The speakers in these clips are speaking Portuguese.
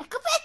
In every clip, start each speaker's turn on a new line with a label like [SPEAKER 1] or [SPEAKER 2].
[SPEAKER 1] é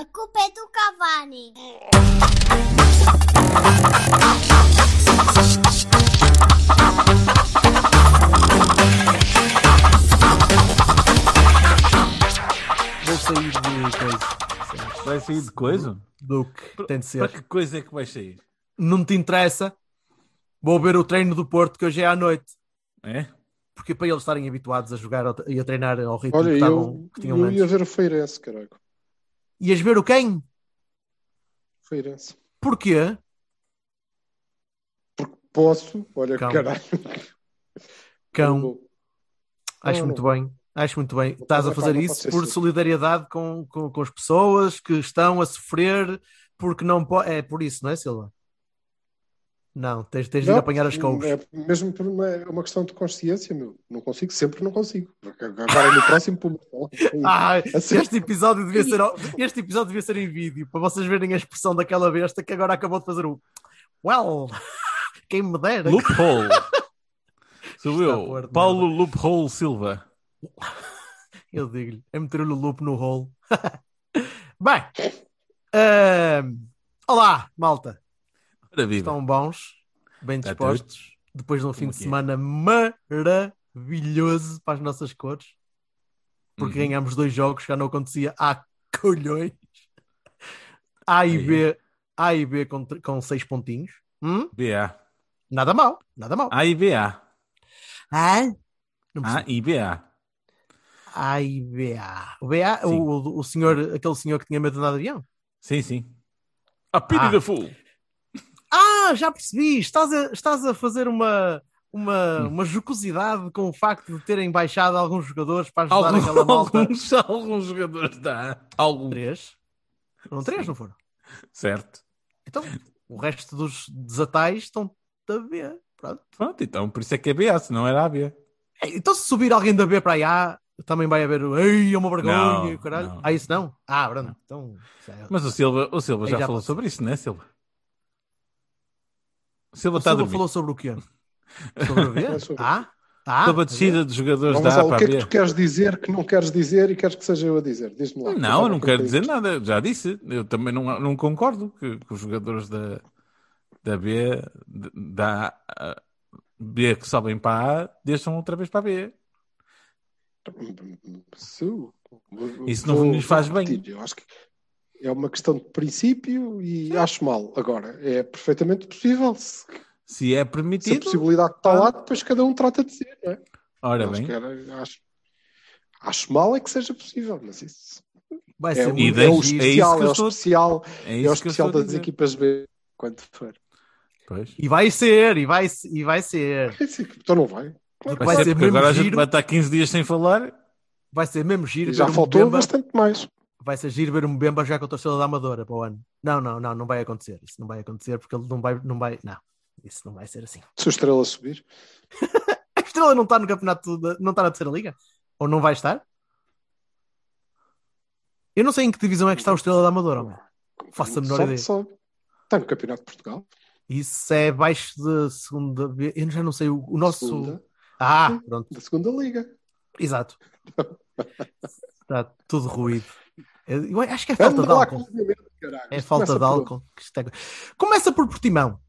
[SPEAKER 1] A culpa é do Cavani.
[SPEAKER 2] Vai sair de coisa.
[SPEAKER 3] Vai sair de coisa?
[SPEAKER 2] Duke, tem de ser.
[SPEAKER 3] Para que coisa é que vai sair?
[SPEAKER 2] Não te interessa. Vou ver o treino do Porto que hoje é à noite.
[SPEAKER 3] É?
[SPEAKER 2] Porque para eles estarem habituados a jogar ao- e a treinar ao ritmo
[SPEAKER 4] Olha,
[SPEAKER 2] que, estavam,
[SPEAKER 4] eu,
[SPEAKER 2] que tinham
[SPEAKER 4] eu
[SPEAKER 2] antes.
[SPEAKER 4] ia ver o Feirense, caralho.
[SPEAKER 2] Ias ver o quem?
[SPEAKER 4] Feirense.
[SPEAKER 2] Porquê?
[SPEAKER 4] Posso? Olha,
[SPEAKER 2] Cão.
[SPEAKER 4] caralho.
[SPEAKER 2] Cão,
[SPEAKER 4] Vou.
[SPEAKER 2] acho
[SPEAKER 4] Não,
[SPEAKER 2] muito
[SPEAKER 4] não.
[SPEAKER 2] bem. Acho muito bem.
[SPEAKER 4] Não,
[SPEAKER 2] Estás a
[SPEAKER 4] não,
[SPEAKER 2] fazer
[SPEAKER 4] não pode
[SPEAKER 2] isso
[SPEAKER 4] ser
[SPEAKER 2] por
[SPEAKER 4] assim.
[SPEAKER 2] solidariedade com, com, com as pessoas que estão a sofrer porque não pode. É por isso, não é, Silva? Não, tens, tens de ir
[SPEAKER 4] Não,
[SPEAKER 2] apanhar as couves.
[SPEAKER 4] É mesmo por uma, é uma questão de consciência, meu. Não consigo, sempre não consigo. Porque Agora é no próximo é público.
[SPEAKER 2] Ah,
[SPEAKER 4] Assim.
[SPEAKER 2] este episódio devia ser ao- este episódio devia ser em vídeo para vocês verem a expressão daquela besta que agora acabou de fazer o well quem me dera
[SPEAKER 3] Loophole. Sou
[SPEAKER 2] Está
[SPEAKER 3] eu,
[SPEAKER 2] boa de
[SPEAKER 3] Paulo Loophole Silva.
[SPEAKER 2] eu digo-lhe é meter-lhe o loop no rolo bem ahm, olá malta
[SPEAKER 3] Ora viva.
[SPEAKER 2] estão bons bem
[SPEAKER 3] Está
[SPEAKER 2] dispostos depois de um fim
[SPEAKER 3] Tá Como
[SPEAKER 2] de
[SPEAKER 3] que é?
[SPEAKER 2] semana maravilhoso para as nossas cores porque
[SPEAKER 3] Uhum.
[SPEAKER 2] ganhámos dois jogos que já não acontecia há colhões. A e
[SPEAKER 3] Aí é.
[SPEAKER 2] B, A e B com, tr- com seis pontinhos. Hum?
[SPEAKER 3] BA.
[SPEAKER 2] Nada mal, nada mal.
[SPEAKER 3] A e BA.
[SPEAKER 2] Ah? Não
[SPEAKER 3] A
[SPEAKER 2] percebi.
[SPEAKER 3] e BA.
[SPEAKER 2] A e B, A. O B, A,
[SPEAKER 3] Sim.
[SPEAKER 2] o, o- o senhor, aquele senhor que tinha medo de andar de avião.
[SPEAKER 3] Sim, sim. A pity
[SPEAKER 2] Ah.
[SPEAKER 3] the fool.
[SPEAKER 2] Ah, já percebi. Estás a, estás a fazer uma, uma,
[SPEAKER 3] Hum.
[SPEAKER 2] uma jocosidade com o facto de terem baixado alguns jogadores para ajudar
[SPEAKER 3] Alguns,
[SPEAKER 2] aquela malta.
[SPEAKER 3] alguns, alguns jogadores da A. Alguns.
[SPEAKER 2] Três? Foram três, não foram?
[SPEAKER 3] Certo.
[SPEAKER 2] Então, o resto dos desatais estão a ver. Pronto.
[SPEAKER 3] Pronto, então, por isso é que é BA, se não era a B.
[SPEAKER 2] Então, se subir alguém da B para a, também vai haver o Ei, é uma vergonha,
[SPEAKER 3] Não,
[SPEAKER 2] e o caralho.
[SPEAKER 3] não.
[SPEAKER 2] Ah, isso não? Ah, pronto. Então, isso é-
[SPEAKER 3] Mas o Silva, o Silva
[SPEAKER 2] Aí
[SPEAKER 3] já,
[SPEAKER 2] já
[SPEAKER 3] falou
[SPEAKER 2] passou.
[SPEAKER 3] sobre isso, não é, Silva? O
[SPEAKER 2] o
[SPEAKER 3] Silva está a
[SPEAKER 2] Silva
[SPEAKER 3] dormir.
[SPEAKER 2] falou sobre o quê? Sobre a B?
[SPEAKER 4] É sobre-
[SPEAKER 2] Ah? Ah?
[SPEAKER 3] Sobre a
[SPEAKER 2] a B?
[SPEAKER 3] descida dos jogadores
[SPEAKER 4] Vamos
[SPEAKER 3] da
[SPEAKER 4] lá,
[SPEAKER 3] A
[SPEAKER 4] o
[SPEAKER 3] para
[SPEAKER 4] que
[SPEAKER 3] a
[SPEAKER 4] é que
[SPEAKER 3] B.
[SPEAKER 4] tu queres dizer que não queres dizer e queres que seja eu a dizer? Diz-me lá.
[SPEAKER 3] Não, eu não quero dizer nada, já disse. Eu também não, não concordo que, que os jogadores da, da B, de- da A, B que sobem para A, deixam outra vez para a B.
[SPEAKER 4] Isso,
[SPEAKER 3] Isso não nos faz bem.
[SPEAKER 4] Eu acho que é uma questão de princípio e acho mal. Agora, é perfeitamente possível. Se,
[SPEAKER 3] Se é
[SPEAKER 4] se a
[SPEAKER 3] permitido,
[SPEAKER 4] possibilidade está lá, depois cada um trata de ser, não é?
[SPEAKER 3] ora
[SPEAKER 4] acho,
[SPEAKER 3] bem.
[SPEAKER 4] que era- acho- acho mal é que seja possível, mas isso
[SPEAKER 2] Vai
[SPEAKER 4] é,
[SPEAKER 2] ser
[SPEAKER 4] o,
[SPEAKER 3] E
[SPEAKER 2] muito-
[SPEAKER 4] é o
[SPEAKER 3] deixe- é isso que
[SPEAKER 4] especial,
[SPEAKER 3] eu
[SPEAKER 4] é o
[SPEAKER 3] estou-
[SPEAKER 4] especial,
[SPEAKER 3] É
[SPEAKER 4] é
[SPEAKER 3] isso
[SPEAKER 4] o
[SPEAKER 3] que eu
[SPEAKER 4] especial
[SPEAKER 3] estou a
[SPEAKER 4] das
[SPEAKER 3] dizer.
[SPEAKER 4] equipas B, quando for.
[SPEAKER 3] Pois.
[SPEAKER 2] E vai ser, e vai, se- e vai ser.
[SPEAKER 4] É isso, Então não vai.
[SPEAKER 2] Porque
[SPEAKER 3] Vai,
[SPEAKER 2] vai
[SPEAKER 3] ser,
[SPEAKER 2] ser
[SPEAKER 3] porque
[SPEAKER 2] mesmo
[SPEAKER 3] agora a gente
[SPEAKER 2] giro.
[SPEAKER 3] vai estar 15 dias sem falar.
[SPEAKER 2] Vai ser mesmo giro.
[SPEAKER 4] E já
[SPEAKER 2] ver um
[SPEAKER 4] faltou
[SPEAKER 2] Mbemba-
[SPEAKER 4] bastante mais.
[SPEAKER 2] Vai ser giro ver um Bemba já com a torcida da Amadora para o ano. Não, não, não, não vai acontecer. Isso não vai acontecer porque ele não vai, não vai, não. Isso não vai ser assim.
[SPEAKER 4] Se o Estrela subir,
[SPEAKER 2] A Estrela não está no campeonato, da- não está na terceira liga? Ou não vai estar? Eu não sei em que divisão é que está o Estrela da Amadora. Meu. Faço a menor
[SPEAKER 4] sobe,
[SPEAKER 2] ideia.
[SPEAKER 4] sobe. Está no Campeonato de Portugal.
[SPEAKER 2] Isso é abaixo da segunda. B. Eu já não sei o, o nosso.
[SPEAKER 4] segunda,
[SPEAKER 2] Ah, pronto,
[SPEAKER 4] da segunda Liga.
[SPEAKER 2] exato. Está tudo ruído. Eu eu acho que é falta
[SPEAKER 4] Anda
[SPEAKER 2] de
[SPEAKER 4] lá
[SPEAKER 2] álcool.
[SPEAKER 4] com o movimento, caralho.
[SPEAKER 2] É
[SPEAKER 4] Isto
[SPEAKER 2] falta
[SPEAKER 4] começa
[SPEAKER 2] de
[SPEAKER 4] por onde?
[SPEAKER 2] álcool. que isto é- Começa por Portimão.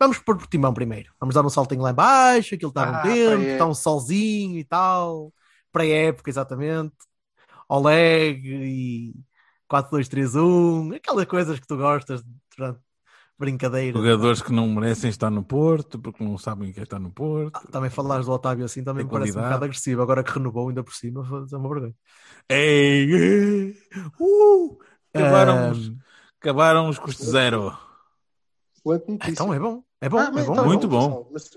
[SPEAKER 2] Vamos por Portimão primeiro. Vamos dar um saltinho lá em baixo, aquilo tá está
[SPEAKER 4] Ah,
[SPEAKER 2] no tempo,
[SPEAKER 4] pré-época.
[SPEAKER 2] está um solzinho e tal. Pré-época, exatamente. Oleg e 4, 2, 3, 1. Aquelas coisas que tu gostas durante brincadeira.
[SPEAKER 3] Jogadores que não merecem estar no Porto, porque não sabem o que é estar no Porto.
[SPEAKER 2] Ah, Também falares do Otávio assim também
[SPEAKER 3] Tem
[SPEAKER 2] me parece um
[SPEAKER 3] qualidade.
[SPEAKER 2] bocado agressivo. Agora que renovou ainda por cima, é uma vergonha.
[SPEAKER 3] Ei, ei, uh,
[SPEAKER 2] Ah,
[SPEAKER 3] acabaram, os, acabaram os custos zero.
[SPEAKER 4] Excelente notícia.
[SPEAKER 2] Então é bom. É bom,
[SPEAKER 4] Ah, mas
[SPEAKER 2] é bom.
[SPEAKER 4] então,
[SPEAKER 3] Muito bom.
[SPEAKER 4] pessoal, mas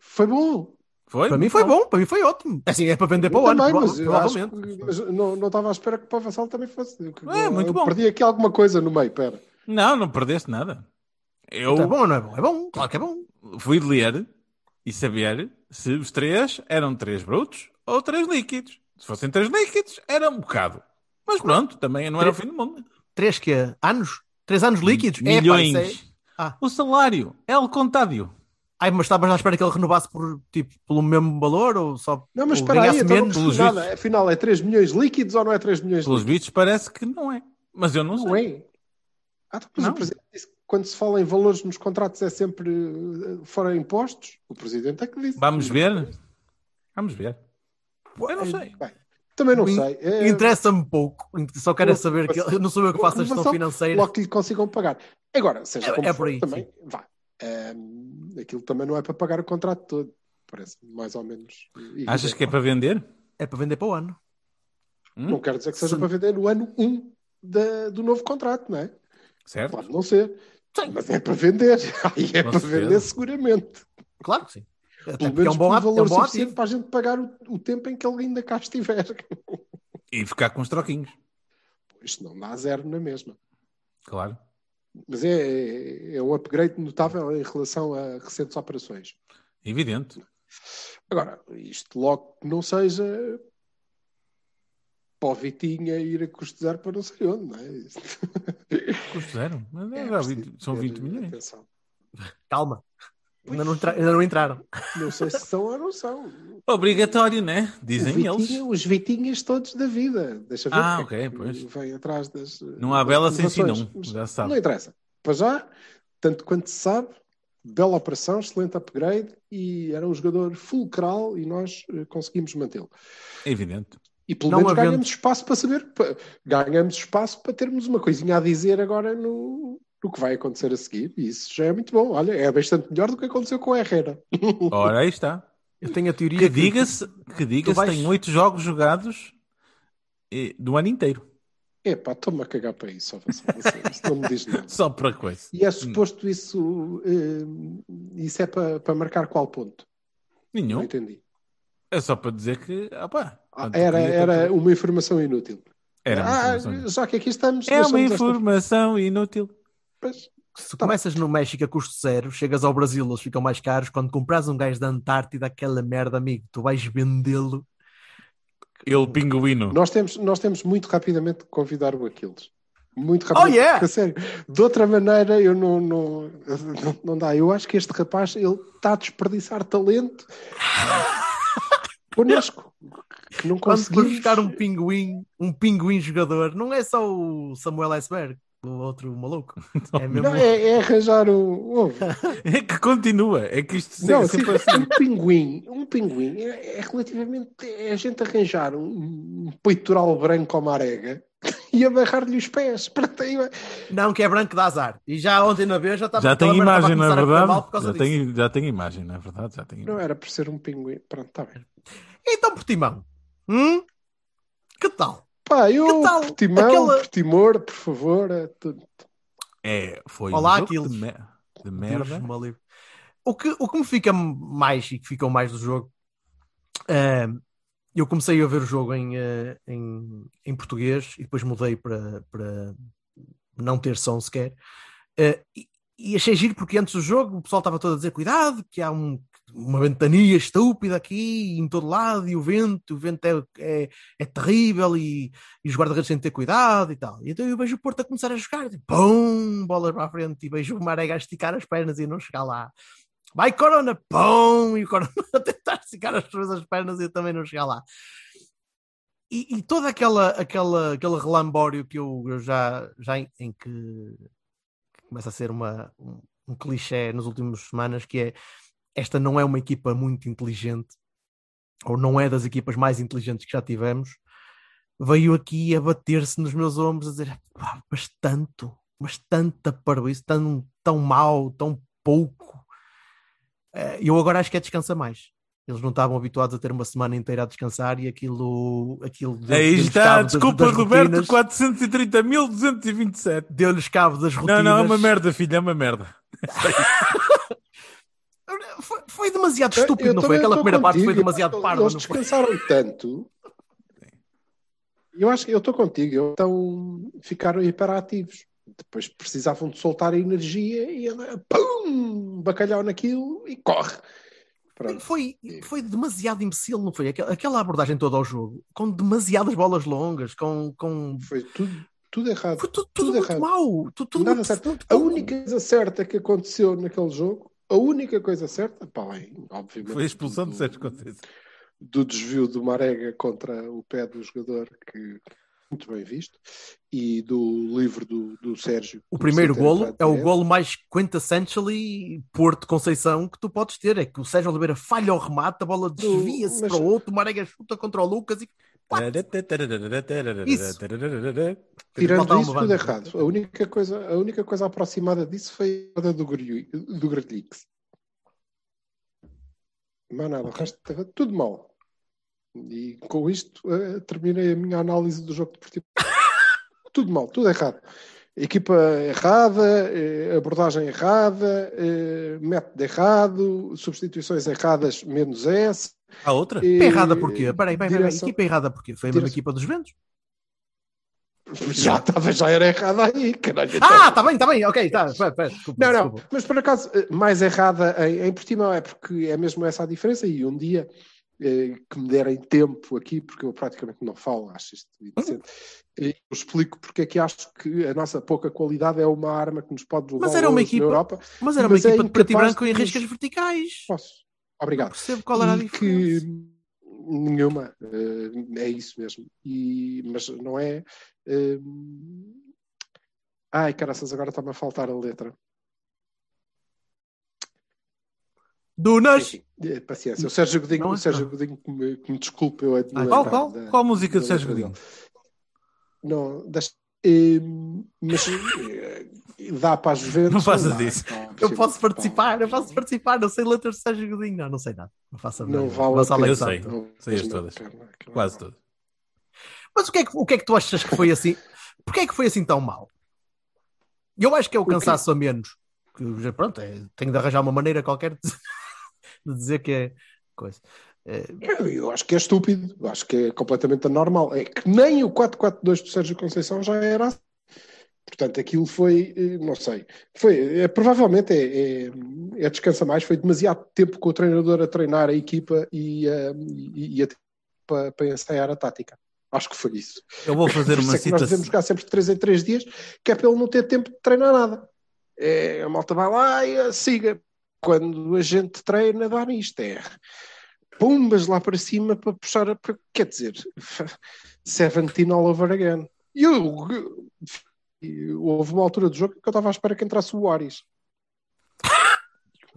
[SPEAKER 4] Foi bom.
[SPEAKER 3] Foi?
[SPEAKER 2] Para mim foi bom, para mim foi ótimo. Assim, é para vender para o ano,
[SPEAKER 4] também,
[SPEAKER 2] prova-
[SPEAKER 4] Então. mas, eu acho
[SPEAKER 2] provavelmente.
[SPEAKER 4] que- mas não, não estava à espera que para o Vassal também fosse.
[SPEAKER 3] É, muito
[SPEAKER 4] Eu
[SPEAKER 3] bom.
[SPEAKER 4] Perdi aqui alguma coisa no meio, pera.
[SPEAKER 3] Não, não perdeste nada. Eu
[SPEAKER 2] Então É Tá bom ou não é bom? É bom, claro que é bom.
[SPEAKER 3] fui ler e saber se os três eram três brutos ou três líquidos. Se fossem três líquidos, era um bocado. Mas pronto, também não era o fim do mundo.
[SPEAKER 2] Três quê? Anos? Três anos líquidos? É, pá,
[SPEAKER 3] Milhões.
[SPEAKER 2] isso é- Ah.
[SPEAKER 3] O salário é o contádio.
[SPEAKER 2] Ai, mas estavas à espera que ele renovasse por, tipo, pelo mesmo valor ou só
[SPEAKER 4] Não, mas
[SPEAKER 2] ou
[SPEAKER 4] espera aí,
[SPEAKER 2] ganhasse
[SPEAKER 4] então não
[SPEAKER 2] menos?
[SPEAKER 4] percebi
[SPEAKER 3] pelos
[SPEAKER 4] nada.
[SPEAKER 3] vistos.
[SPEAKER 4] Afinal, é 3 milhões líquidos ou não é 3 milhões
[SPEAKER 3] Pelos
[SPEAKER 4] líquidos?
[SPEAKER 3] bichos parece que não é. Mas eu não sei.
[SPEAKER 4] Não é. Ah, então, pois
[SPEAKER 3] Não.
[SPEAKER 4] o Presidente disse que quando se fala em valores nos contratos é sempre eh, fora impostos. O Presidente é que disse.
[SPEAKER 3] Vamos ver. Vamos ver. Eu não sei.
[SPEAKER 4] Bem, também não
[SPEAKER 2] In-
[SPEAKER 4] sei. É,
[SPEAKER 2] Interessa-me pouco. Só quero é saber que eu não sou eu que faço a gestão
[SPEAKER 4] Renovação,
[SPEAKER 2] financeira.
[SPEAKER 4] Logo que lhe consigam pagar. Agora, seja
[SPEAKER 2] É-
[SPEAKER 4] como
[SPEAKER 2] é
[SPEAKER 4] for,
[SPEAKER 2] por aí,
[SPEAKER 4] também, vá. Ehm, aquilo também não é para pagar o contrato todo. Parece mais ou menos. E-
[SPEAKER 3] Achas que é para vender?
[SPEAKER 2] É para vender para o ano.
[SPEAKER 3] Hum?
[SPEAKER 4] Não quero dizer que seja
[SPEAKER 2] Sim.
[SPEAKER 4] para vender no ano 1 da- do novo contrato, não é?
[SPEAKER 3] Certo?
[SPEAKER 4] Pode não ser. Mas é para vender. Aí é
[SPEAKER 3] Com
[SPEAKER 4] para
[SPEAKER 3] certeza.
[SPEAKER 4] vender seguramente.
[SPEAKER 2] Claro que sim. Até
[SPEAKER 4] Pelo
[SPEAKER 2] porque é
[SPEAKER 4] menos
[SPEAKER 2] um bom,
[SPEAKER 4] por um
[SPEAKER 2] ati- é um
[SPEAKER 4] valor
[SPEAKER 2] bom
[SPEAKER 4] suficiente
[SPEAKER 2] ativo.
[SPEAKER 4] para a gente pagar o, o tempo em que ele ainda cá estiver.
[SPEAKER 3] E ficar com os troquinhos.
[SPEAKER 4] Isto não dá zero na mesma.
[SPEAKER 3] Claro.
[SPEAKER 4] Mas é, é um upgrade notável em relação a recentes operações.
[SPEAKER 3] Evidente.
[SPEAKER 4] Agora, isto logo que não seja para o Vitinha ir a custizar para não sei onde, não é?
[SPEAKER 3] Custo zero. Mas é,
[SPEAKER 4] É,
[SPEAKER 3] já vi-
[SPEAKER 4] preciso
[SPEAKER 3] são
[SPEAKER 4] ter
[SPEAKER 3] 20 milhões.
[SPEAKER 4] atenção.
[SPEAKER 2] Calma. Ainda não, entra- ainda não entraram.
[SPEAKER 4] Não sei se são ou não são.
[SPEAKER 3] Obrigatório, né? Dizem
[SPEAKER 4] O Vitinha-
[SPEAKER 3] eles.
[SPEAKER 4] Os Vitinhas todos da vida. Deixa ver.
[SPEAKER 3] Ah,
[SPEAKER 4] o que é
[SPEAKER 3] ok,
[SPEAKER 4] que
[SPEAKER 3] pois.
[SPEAKER 4] Vem atrás das.
[SPEAKER 3] Não há
[SPEAKER 4] das
[SPEAKER 3] bela sem
[SPEAKER 4] inovações.
[SPEAKER 3] sinão,
[SPEAKER 4] Mas
[SPEAKER 3] já se sabe.
[SPEAKER 4] Não interessa. Para já, tanto quanto se sabe, bela operação, excelente upgrade e era um jogador fulcral e nós eh, conseguimos mantê-lo.
[SPEAKER 3] Evidente.
[SPEAKER 4] E pelo
[SPEAKER 2] Não
[SPEAKER 4] menos
[SPEAKER 2] havendo-
[SPEAKER 4] ganhamos espaço para saber, pa- ganhamos espaço para termos uma coisinha a dizer agora no, no que vai acontecer a seguir. E isso já é muito bom. Olha, é bastante melhor do que aconteceu com a Herrera.
[SPEAKER 3] Ora, aí está.
[SPEAKER 2] Eu tenho a teoria
[SPEAKER 3] Que diga-se, que diga-se,
[SPEAKER 2] vais-
[SPEAKER 3] tem oito jogos jogados eh, do ano inteiro.
[SPEAKER 4] Epá, estou-me a cagar para isso. ó, você- você- Isso não me diz nada.
[SPEAKER 3] Só para coisa.
[SPEAKER 4] E é suposto isso, eh, isso é para, para marcar qual ponto? Não
[SPEAKER 3] Nenhum.
[SPEAKER 4] entendi.
[SPEAKER 3] É só para dizer que. opá,
[SPEAKER 4] Ah,
[SPEAKER 3] quando
[SPEAKER 4] era,
[SPEAKER 3] queria,
[SPEAKER 4] era
[SPEAKER 3] tanto-
[SPEAKER 4] uma informação inútil.
[SPEAKER 3] era uma
[SPEAKER 4] Ah,
[SPEAKER 3] informação.
[SPEAKER 4] já que aqui estamos,
[SPEAKER 3] É uma
[SPEAKER 4] deixamos esta-
[SPEAKER 3] informação inútil.
[SPEAKER 4] Pois,
[SPEAKER 2] que se começas no México a custo zero, chegas ao Brasil, eles ficam mais caros. Quando compras um gajo da Antártida, aquela merda, amigo, tu vais vendê-lo.
[SPEAKER 3] Ele pinguino.
[SPEAKER 4] Nós, temos, nós temos muito rapidamente que convidar o Aquiles. Muito rapidamente.
[SPEAKER 2] Oh, yeah!
[SPEAKER 4] A sério. De outra maneira, eu não, não, não, não dá. Eu acho que este rapaz ele está a desperdiçar talento connosco. Que não
[SPEAKER 2] Quando fores
[SPEAKER 4] conseguimos.
[SPEAKER 2] buscar um pinguim, um pinguim jogador, não é só o Samuel Iceberg, o outro maluco. É mesmo.
[SPEAKER 4] Não, é, é arranjar um. Ouve,
[SPEAKER 3] É que continua. É que isto
[SPEAKER 4] Não,
[SPEAKER 3] é
[SPEAKER 4] assim,
[SPEAKER 3] sempre assim.
[SPEAKER 4] um pinguim, um pinguim é, é relativamente é a gente arranjar um, um peitoral branco à marega e amarrar-lhe os pés. Pronto, aí vai.
[SPEAKER 2] Não, que é branco de azar. E já ontem na vez já estava
[SPEAKER 3] Já tem
[SPEAKER 2] aquela merda
[SPEAKER 3] imagem,
[SPEAKER 2] estava a
[SPEAKER 3] não é
[SPEAKER 2] começar a correr mal por
[SPEAKER 3] verdade?
[SPEAKER 2] causa
[SPEAKER 3] Já
[SPEAKER 2] disso.
[SPEAKER 3] tem, já tem imagem, não é verdade? Já tem
[SPEAKER 4] Não
[SPEAKER 3] imagem.
[SPEAKER 4] era por ser um pinguim. Pronto, está bem.
[SPEAKER 2] Então, Portimão, hum? que tal?
[SPEAKER 4] Pá, eu
[SPEAKER 2] Que tal?
[SPEAKER 4] por Timão,
[SPEAKER 2] Aquela-
[SPEAKER 4] por Timor, por favor. é tudo.
[SPEAKER 3] É, foi
[SPEAKER 2] Olá,
[SPEAKER 3] um jogo
[SPEAKER 2] Aquiles.
[SPEAKER 3] de, mer- de
[SPEAKER 2] Deus
[SPEAKER 3] merda.
[SPEAKER 2] me livre. O que, o que me fica mais e que ficou mais do jogo, eh, eu comecei a ver o jogo em, eh, em, em português e depois mudei para, para não ter som sequer. Eh, e, e achei giro porque antes do jogo o pessoal estava todo a dizer: cuidado, que há um- uma ventania estúpida aqui em todo lado e o vento, o vento é, é, é terrível e, e os guarda-redes têm de ter cuidado e tal. E então eu vejo o Porto a começar a jogar, tipo, pum, bolas para a frente, e vejo o Marega a esticar as pernas e não chegar lá. Vai Corona, pum, e o Corona a tentar esticar as suas as pernas e eu também não chegar lá. E, e toda aquela, aquela, aquele relambório que eu, eu já, já em, em que, que começa a ser uma, um, um clichê nas últimas semanas, que é esta não é uma equipa muito inteligente, ou não é das equipas mais inteligentes que já tivemos, veio aqui a bater-se nos meus ombros, a dizer, "Pá, mas tanto, mas tanta parvoíce, tão, tão mal, tão pouco. Eh, Eu agora acho que é descansa mais. Eles não estavam habituados a ter uma semana inteira a descansar e aquilo... aquilo
[SPEAKER 3] Aí
[SPEAKER 2] deu-lhes
[SPEAKER 3] está,
[SPEAKER 2] cabo das-
[SPEAKER 3] É Ah, desculpa,
[SPEAKER 2] das
[SPEAKER 3] Roberto,
[SPEAKER 2] rotinas.
[SPEAKER 3] 430.227.
[SPEAKER 2] Deu-lhes cabo das rotinas.
[SPEAKER 3] Não, não, é uma merda, filho, é uma merda.
[SPEAKER 2] Foi, foi demasiado
[SPEAKER 4] Eu-
[SPEAKER 2] estúpido,
[SPEAKER 4] eu
[SPEAKER 2] não foi?
[SPEAKER 4] também
[SPEAKER 2] Aquela
[SPEAKER 4] estou
[SPEAKER 2] primeira parte foi
[SPEAKER 4] contigo.
[SPEAKER 2] demasiado
[SPEAKER 4] Eles-
[SPEAKER 2] parva,
[SPEAKER 4] Eles
[SPEAKER 2] não foi?
[SPEAKER 4] descansaram tanto. Eu acho que eu estou contigo. Eu- Então ficaram hiperativos. Depois precisavam de soltar a energia e ela, pum, bacalhau naquilo e corre. Pronto.
[SPEAKER 2] Foi, foi demasiado imbecil, não foi? Aquela- Aquela abordagem toda ao jogo, com demasiadas bolas longas, com. com...
[SPEAKER 4] Foi tudo, tudo errado.
[SPEAKER 2] Foi tudo, tudo,
[SPEAKER 4] Tudo
[SPEAKER 2] muito
[SPEAKER 4] errado.
[SPEAKER 2] mau. Tudo, tudo
[SPEAKER 4] Nada
[SPEAKER 2] muito,
[SPEAKER 4] certo.
[SPEAKER 2] muito
[SPEAKER 4] A
[SPEAKER 2] pouco.
[SPEAKER 4] única coisa certa que aconteceu naquele jogo, a única coisa certa, pá, bem, obviamente.
[SPEAKER 3] Foi a expulsão
[SPEAKER 4] do-
[SPEAKER 3] de Sérgio Conceição.
[SPEAKER 4] do desvio do Marega contra o pé do jogador, que muito bem visto, e do livro do, do Sérgio.
[SPEAKER 2] O primeiro
[SPEAKER 4] Sem ter
[SPEAKER 2] golo
[SPEAKER 4] entrado
[SPEAKER 2] é o
[SPEAKER 4] direto.
[SPEAKER 2] golo mais quintessentially Porto Conceição que tu podes ter. É que o Sérgio Oliveira falha o remate, a bola desvia-se
[SPEAKER 4] mas-
[SPEAKER 2] para o outro, o Marega chuta contra o Lucas e. Isso.
[SPEAKER 4] Tirando
[SPEAKER 2] Faltava
[SPEAKER 4] isso,
[SPEAKER 2] uma
[SPEAKER 4] tudo
[SPEAKER 2] banda. é?
[SPEAKER 4] errado. A única, coisa, a única coisa aproximada disso foi a do, Grilli- do Grilix. Mas nada, o resto estava tudo mal. E com isto eh, terminei a minha análise do jogo deportivo. tudo mal, tudo errado. Equipa errada, eh, abordagem errada, eh, método errado, substituições erradas, menos S.
[SPEAKER 3] Há outra?
[SPEAKER 4] E-
[SPEAKER 2] Equipa errada porquê? Peraí, peraí, peraí.
[SPEAKER 4] direção-
[SPEAKER 2] Equipa errada porquê? Foi a mesma
[SPEAKER 4] Direção-
[SPEAKER 2] equipa dos Ventos?
[SPEAKER 4] Já estava, já era errada aí, caralho. então.
[SPEAKER 2] Ah, está bem, está bem, ok, está. Pera, pera, desculpa,
[SPEAKER 4] Não, não,
[SPEAKER 2] desculpa.
[SPEAKER 4] mas por acaso, eh, mais errada em, em Portimão é porque é mesmo essa a diferença. E um dia eh, que me derem tempo aqui, porque eu praticamente não falo, acho isto indecente, eh, eu explico porque é que acho que a nossa pouca qualidade é uma arma que nos pode levar
[SPEAKER 2] Mas era uma
[SPEAKER 4] longe
[SPEAKER 2] equipa-
[SPEAKER 4] na Europa.
[SPEAKER 2] Mas era uma
[SPEAKER 4] Mas é
[SPEAKER 2] equipa de preto e
[SPEAKER 4] incapaz
[SPEAKER 2] branco em
[SPEAKER 4] de-
[SPEAKER 2] riscas verticais.
[SPEAKER 4] Posso. Obrigado.
[SPEAKER 2] Percebo qual era a
[SPEAKER 4] E
[SPEAKER 2] diferença.
[SPEAKER 4] que nenhuma, eh, é isso mesmo. E, mas não é. eh, ai, caraças, agora está-me a faltar a letra.
[SPEAKER 2] Dunas!
[SPEAKER 4] É, Paciência. O Sérgio Godinho,
[SPEAKER 2] Não é?
[SPEAKER 4] o Sérgio Godinho que, me, que me desculpe, eu é de me
[SPEAKER 2] Ah,
[SPEAKER 3] Qual,
[SPEAKER 4] lembrar
[SPEAKER 3] qual?
[SPEAKER 4] da-
[SPEAKER 3] Qual a música de
[SPEAKER 4] da
[SPEAKER 3] Sérgio
[SPEAKER 4] letra
[SPEAKER 3] Godinho?
[SPEAKER 4] Não, das, hum, mas eh, dá para as Juventus.
[SPEAKER 3] Não faças
[SPEAKER 4] não dá,
[SPEAKER 3] isso.
[SPEAKER 4] pá,
[SPEAKER 2] Eu
[SPEAKER 4] sim,
[SPEAKER 2] posso
[SPEAKER 4] pá.
[SPEAKER 2] participar, eu posso participar, não sei letras de Sérgio Godinho. Não, não sei nada. Não faço a
[SPEAKER 4] Não
[SPEAKER 2] mínima.
[SPEAKER 4] vale
[SPEAKER 2] Gonçalo
[SPEAKER 4] a pena.
[SPEAKER 2] é
[SPEAKER 3] Eu
[SPEAKER 2] que sabe.
[SPEAKER 3] sei.
[SPEAKER 4] Não,
[SPEAKER 3] Sei as
[SPEAKER 4] não,
[SPEAKER 3] todas.
[SPEAKER 4] não, não.
[SPEAKER 3] Quase todas.
[SPEAKER 2] Mas o que, é que, o que é que tu achas que foi assim? Porquê é que foi assim tão mal? Eu acho que é o
[SPEAKER 4] Porque-
[SPEAKER 2] cansaço a menos. Que, já, pronto, é, tenho de arranjar uma maneira qualquer de, de dizer que é coisa. É,
[SPEAKER 4] Eu, eu acho que é estúpido, eu acho que é completamente anormal. É que nem o 442 do Sérgio Conceição já era assim. Portanto, aquilo foi, eh, não sei, foi, é, provavelmente é, é, é descansa mais, foi demasiado tempo com o treinador a treinar a equipa e, eh, e, e a para, para ensaiar a tática. Acho que foi isso.
[SPEAKER 3] Eu vou fazer
[SPEAKER 4] Por isso
[SPEAKER 3] uma
[SPEAKER 4] é que nós
[SPEAKER 3] citação.
[SPEAKER 4] devemos jogar sempre de 3 em 3 dias, que é para ele não ter tempo de treinar nada. É, a malta vai lá e ah, siga. Quando a gente treina, dá nisto. É pumbas lá para cima para puxar. A... para- Quer dizer, 17 all over again. E eu, e houve uma altura do jogo que eu estava à espera que entrasse o Ares.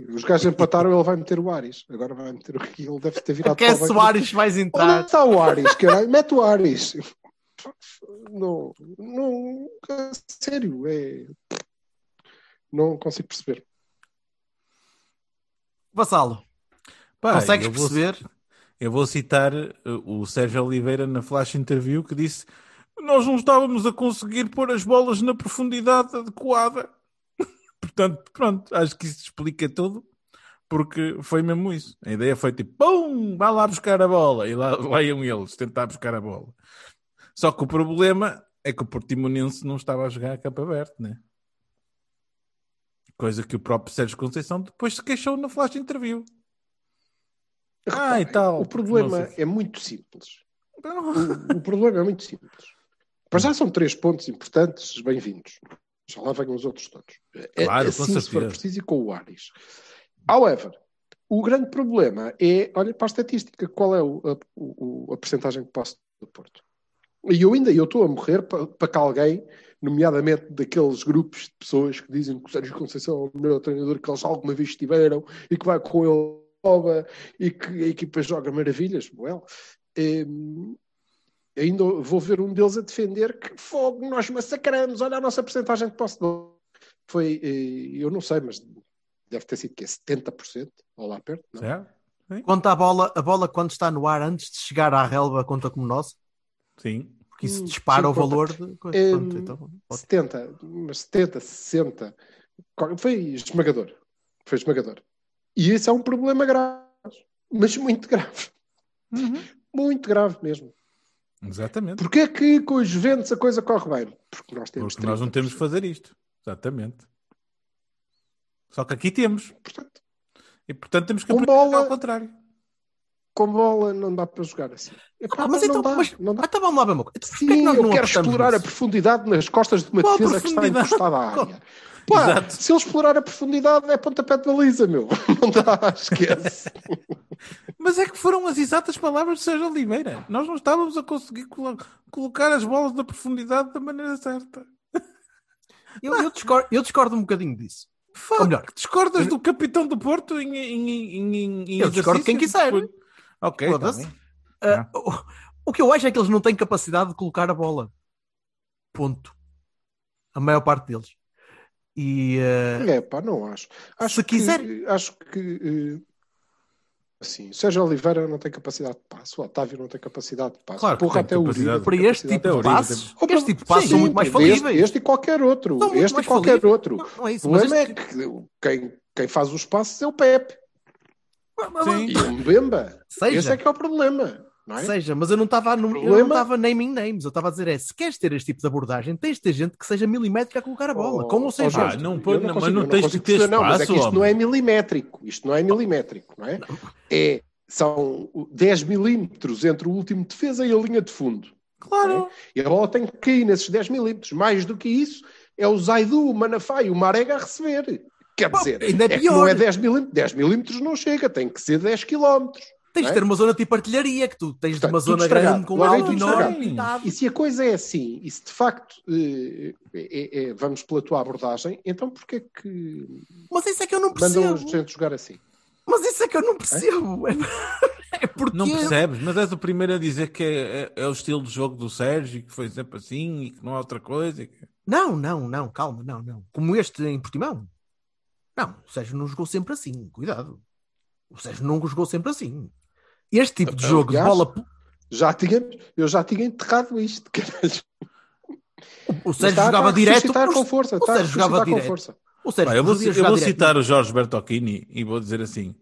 [SPEAKER 4] Os gajos empataram, ele vai meter o Ares. Agora vai meter o que ele deve ter virado
[SPEAKER 2] Aquece
[SPEAKER 4] para o banco.
[SPEAKER 2] é Soares vais
[SPEAKER 4] Onde
[SPEAKER 2] entrar.
[SPEAKER 4] está tá o Ares? Caralho? Mete o Ares. Não, não, a sério, é. Não consigo perceber.
[SPEAKER 2] Vassalo,
[SPEAKER 3] Pá,
[SPEAKER 2] consegues
[SPEAKER 3] eu vou-
[SPEAKER 2] perceber?
[SPEAKER 3] Eu vou citar uh, o Sérgio Oliveira na flash interview que disse: Nós não estávamos a conseguir pôr as bolas na profundidade adequada. Portanto, pronto, acho que isso explica tudo, porque foi mesmo isso. A ideia foi tipo: Pum, vá lá buscar a bola. E lá, lá iam eles tentar buscar a bola. Só que o problema é que o Portimonense não estava a jogar a campo aberto, né? Coisa que o próprio Sérgio Conceição depois se queixou na flash interview. Ah, e tal.
[SPEAKER 4] O problema
[SPEAKER 3] Não sei.
[SPEAKER 4] é muito simples.
[SPEAKER 3] Não.
[SPEAKER 4] O, o problema é muito simples. Para já são três pontos importantes, bem-vindos. Já lá venham os outros todos. É,
[SPEAKER 3] Claro,
[SPEAKER 4] assim,
[SPEAKER 3] com
[SPEAKER 4] se for
[SPEAKER 3] certeza.
[SPEAKER 4] preciso, e com o Ares. However, o grande problema é, olha para a estatística, qual é o- a, o- o- a percentagem que passo do Porto? E eu ainda eu estou a morrer para, para que alguém, nomeadamente daqueles grupos de pessoas que dizem que o Sérgio Conceição é o melhor treinador que eles alguma vez tiveram e que vai com ele à obra e que a equipa joga maravilhas, well, em- ainda vou ver um deles a defender que fogo, nós massacramos, olha a nossa porcentagem de posse de bola. Foi, eh, eu não sei, mas deve ter sido que é 70%, ou lá perto, não?
[SPEAKER 3] Certo?
[SPEAKER 2] Conta a bola, a bola quando está no ar antes de chegar à relva, conta como nosso,
[SPEAKER 3] Sim.
[SPEAKER 2] porque isso
[SPEAKER 4] Hum,
[SPEAKER 2] dispara
[SPEAKER 4] sim,
[SPEAKER 2] o
[SPEAKER 4] conta.
[SPEAKER 2] valor de coisa.
[SPEAKER 4] Hum,
[SPEAKER 2] Pronto, então, ótimo.
[SPEAKER 4] 70, mas 70, 60. Qual- Foi esmagador. Foi esmagador. E esse é um problema grave, mas muito grave. Muito grave mesmo.
[SPEAKER 3] Exatamente.
[SPEAKER 4] Porquê é que com os Juventus a coisa corre bem? Porque nós temos
[SPEAKER 3] Porque nós não temos que
[SPEAKER 4] 30%.
[SPEAKER 3] fazer isto. Exatamente. Só que aqui temos.
[SPEAKER 4] Portanto,
[SPEAKER 3] E portanto temos que
[SPEAKER 4] Com
[SPEAKER 3] aprender
[SPEAKER 4] bola.
[SPEAKER 3] ao contrário.
[SPEAKER 4] Com bola não dá para jogar assim. Epá,
[SPEAKER 2] Ah, mas
[SPEAKER 4] não
[SPEAKER 2] então,
[SPEAKER 4] dá,
[SPEAKER 2] mas-
[SPEAKER 4] não dá.
[SPEAKER 2] Ah, então vamos lá ver uma coisa. Então, porquê
[SPEAKER 4] Sim,
[SPEAKER 2] que nós
[SPEAKER 4] eu
[SPEAKER 2] não
[SPEAKER 4] quero
[SPEAKER 2] apostamos
[SPEAKER 4] explorar a
[SPEAKER 2] nisso?
[SPEAKER 4] profundidade nas costas de uma
[SPEAKER 2] Qual a
[SPEAKER 4] defesa que está
[SPEAKER 2] profundidade?
[SPEAKER 4] encostada à área. Pá,
[SPEAKER 3] Exato.
[SPEAKER 4] se ele explorar a profundidade é pontapé de baliza, meu. Não dá, esquece.
[SPEAKER 3] Mas é que foram as exatas palavras de Sérgio Oliveira. Nós não estávamos a conseguir colo- colocar as bolas na profundidade da maneira certa.
[SPEAKER 2] Eu, eu discordo, eu discordo um bocadinho disso. Ou melhor,
[SPEAKER 3] Discordas do capitão do Porto em, em, em, em, em
[SPEAKER 2] Eu discordo de quem
[SPEAKER 3] exercício?
[SPEAKER 2] quiser.
[SPEAKER 3] Ok, tá
[SPEAKER 2] Foda-se.
[SPEAKER 3] bem.
[SPEAKER 2] ah, o, o que eu acho é que eles não têm capacidade de colocar a bola. Ponto. A maior parte deles. E ah,
[SPEAKER 4] É, pá, não acho. acho
[SPEAKER 2] Se
[SPEAKER 4] que,
[SPEAKER 2] quiser-
[SPEAKER 4] Acho que. eh, Assim, Sérgio Oliveira não tem capacidade de passe, o Otávio não tem capacidade de passe.
[SPEAKER 3] Claro que
[SPEAKER 4] Porra,
[SPEAKER 3] tem
[SPEAKER 4] até o
[SPEAKER 3] capacidade.
[SPEAKER 4] Uribe tem
[SPEAKER 2] para este
[SPEAKER 4] capacidade
[SPEAKER 2] tipo
[SPEAKER 3] Até
[SPEAKER 2] de
[SPEAKER 3] o
[SPEAKER 4] passe.
[SPEAKER 2] passes,
[SPEAKER 3] Uribe
[SPEAKER 4] Ou para-
[SPEAKER 2] este tipo de passes
[SPEAKER 4] Sim,
[SPEAKER 2] são muito mais
[SPEAKER 4] este-
[SPEAKER 2] falíveis.
[SPEAKER 4] Este e qualquer outro.
[SPEAKER 2] São muito
[SPEAKER 4] Este e
[SPEAKER 2] mais
[SPEAKER 4] qualquer
[SPEAKER 2] falíveis.
[SPEAKER 4] outro.
[SPEAKER 2] Não, não é
[SPEAKER 4] O
[SPEAKER 2] isso, mas
[SPEAKER 4] problema é
[SPEAKER 2] este,
[SPEAKER 4] que quem, quem faz os passes é o Pepe
[SPEAKER 2] mas-
[SPEAKER 3] Sim.
[SPEAKER 4] e o Mbemba.
[SPEAKER 2] Seja.
[SPEAKER 4] Esse é que é o problema, não é?
[SPEAKER 2] Seja, mas eu não estava a num- eu não
[SPEAKER 4] Problema-
[SPEAKER 2] estava naming names, eu estava a dizer é, se queres ter este tipo de abordagem, tens de ter gente que seja milimétrica a colocar a bola,
[SPEAKER 4] Oh,
[SPEAKER 2] com ou sem
[SPEAKER 4] oh,
[SPEAKER 2] bola.
[SPEAKER 4] Jorge,
[SPEAKER 3] Ah, não
[SPEAKER 4] eu
[SPEAKER 3] pode- não, mas
[SPEAKER 4] consigo-
[SPEAKER 3] não
[SPEAKER 4] eu
[SPEAKER 3] tens de
[SPEAKER 4] consigo
[SPEAKER 3] ter
[SPEAKER 4] perceber, não, mas é que
[SPEAKER 3] espaço,
[SPEAKER 4] isto não é
[SPEAKER 3] homem.
[SPEAKER 4] milimétrico. Isto não é milimétrico, não é? é são 10 milímetros entre o último defesa e a linha de fundo.
[SPEAKER 3] Claro.
[SPEAKER 4] E a bola tem que cair nesses 10 milímetros. Mais do que isso, é o Zaidu, o Manafá e o Marega a receber. Quer
[SPEAKER 2] Pá,
[SPEAKER 4] dizer,
[SPEAKER 2] ainda é
[SPEAKER 4] que
[SPEAKER 2] pior.
[SPEAKER 4] não é 10 milímetros. 10 milímetros não chega, tem que ser 10 quilómetros.
[SPEAKER 2] Tens de ter uma zona tipo artilharia, que tu tens de
[SPEAKER 4] Portanto,
[SPEAKER 2] uma
[SPEAKER 4] tudo
[SPEAKER 2] zona
[SPEAKER 4] estragado.
[SPEAKER 2] grande com um
[SPEAKER 4] Lá vem
[SPEAKER 2] alto
[SPEAKER 4] tudo
[SPEAKER 2] enorme
[SPEAKER 3] estragado.
[SPEAKER 2] pintado.
[SPEAKER 4] E se a coisa é assim, e se de facto eh, é- é- é- vamos pela tua abordagem, então porquê que
[SPEAKER 2] Mas isso é que eu não
[SPEAKER 4] mandam
[SPEAKER 2] percebo.
[SPEAKER 4] os gente jogar assim?
[SPEAKER 2] Mas isso é que eu não percebo. É porque
[SPEAKER 3] Não percebes, mas és o primeiro a dizer que é, é- é o estilo de jogo do Sérgio, e que foi sempre assim e que não há outra coisa. e que-
[SPEAKER 2] Não, não, não, calma, não, não. Como este em Portimão. Não, o Sérgio não jogou sempre assim, cuidado. O Sérgio não jogou sempre assim. Este tipo de jogo de
[SPEAKER 4] Aliás,
[SPEAKER 2] bola.
[SPEAKER 4] Já tínhamos, eu já tinha enterrado isto, caralho.
[SPEAKER 2] O
[SPEAKER 4] Mas
[SPEAKER 2] Sérgio
[SPEAKER 4] está- está
[SPEAKER 2] jogava
[SPEAKER 4] a
[SPEAKER 2] direto.
[SPEAKER 4] ressuscitar
[SPEAKER 2] o-
[SPEAKER 4] com força,
[SPEAKER 2] o
[SPEAKER 4] está a
[SPEAKER 2] Sérgio jogava
[SPEAKER 4] ressuscitar com
[SPEAKER 2] direto.
[SPEAKER 4] força.
[SPEAKER 2] O Sérgio
[SPEAKER 3] Pá, eu vou,
[SPEAKER 2] podia
[SPEAKER 3] eu
[SPEAKER 2] jogar
[SPEAKER 3] vou
[SPEAKER 2] direto. é?
[SPEAKER 3] citar o Jorge Bertocchini e vou dizer assim: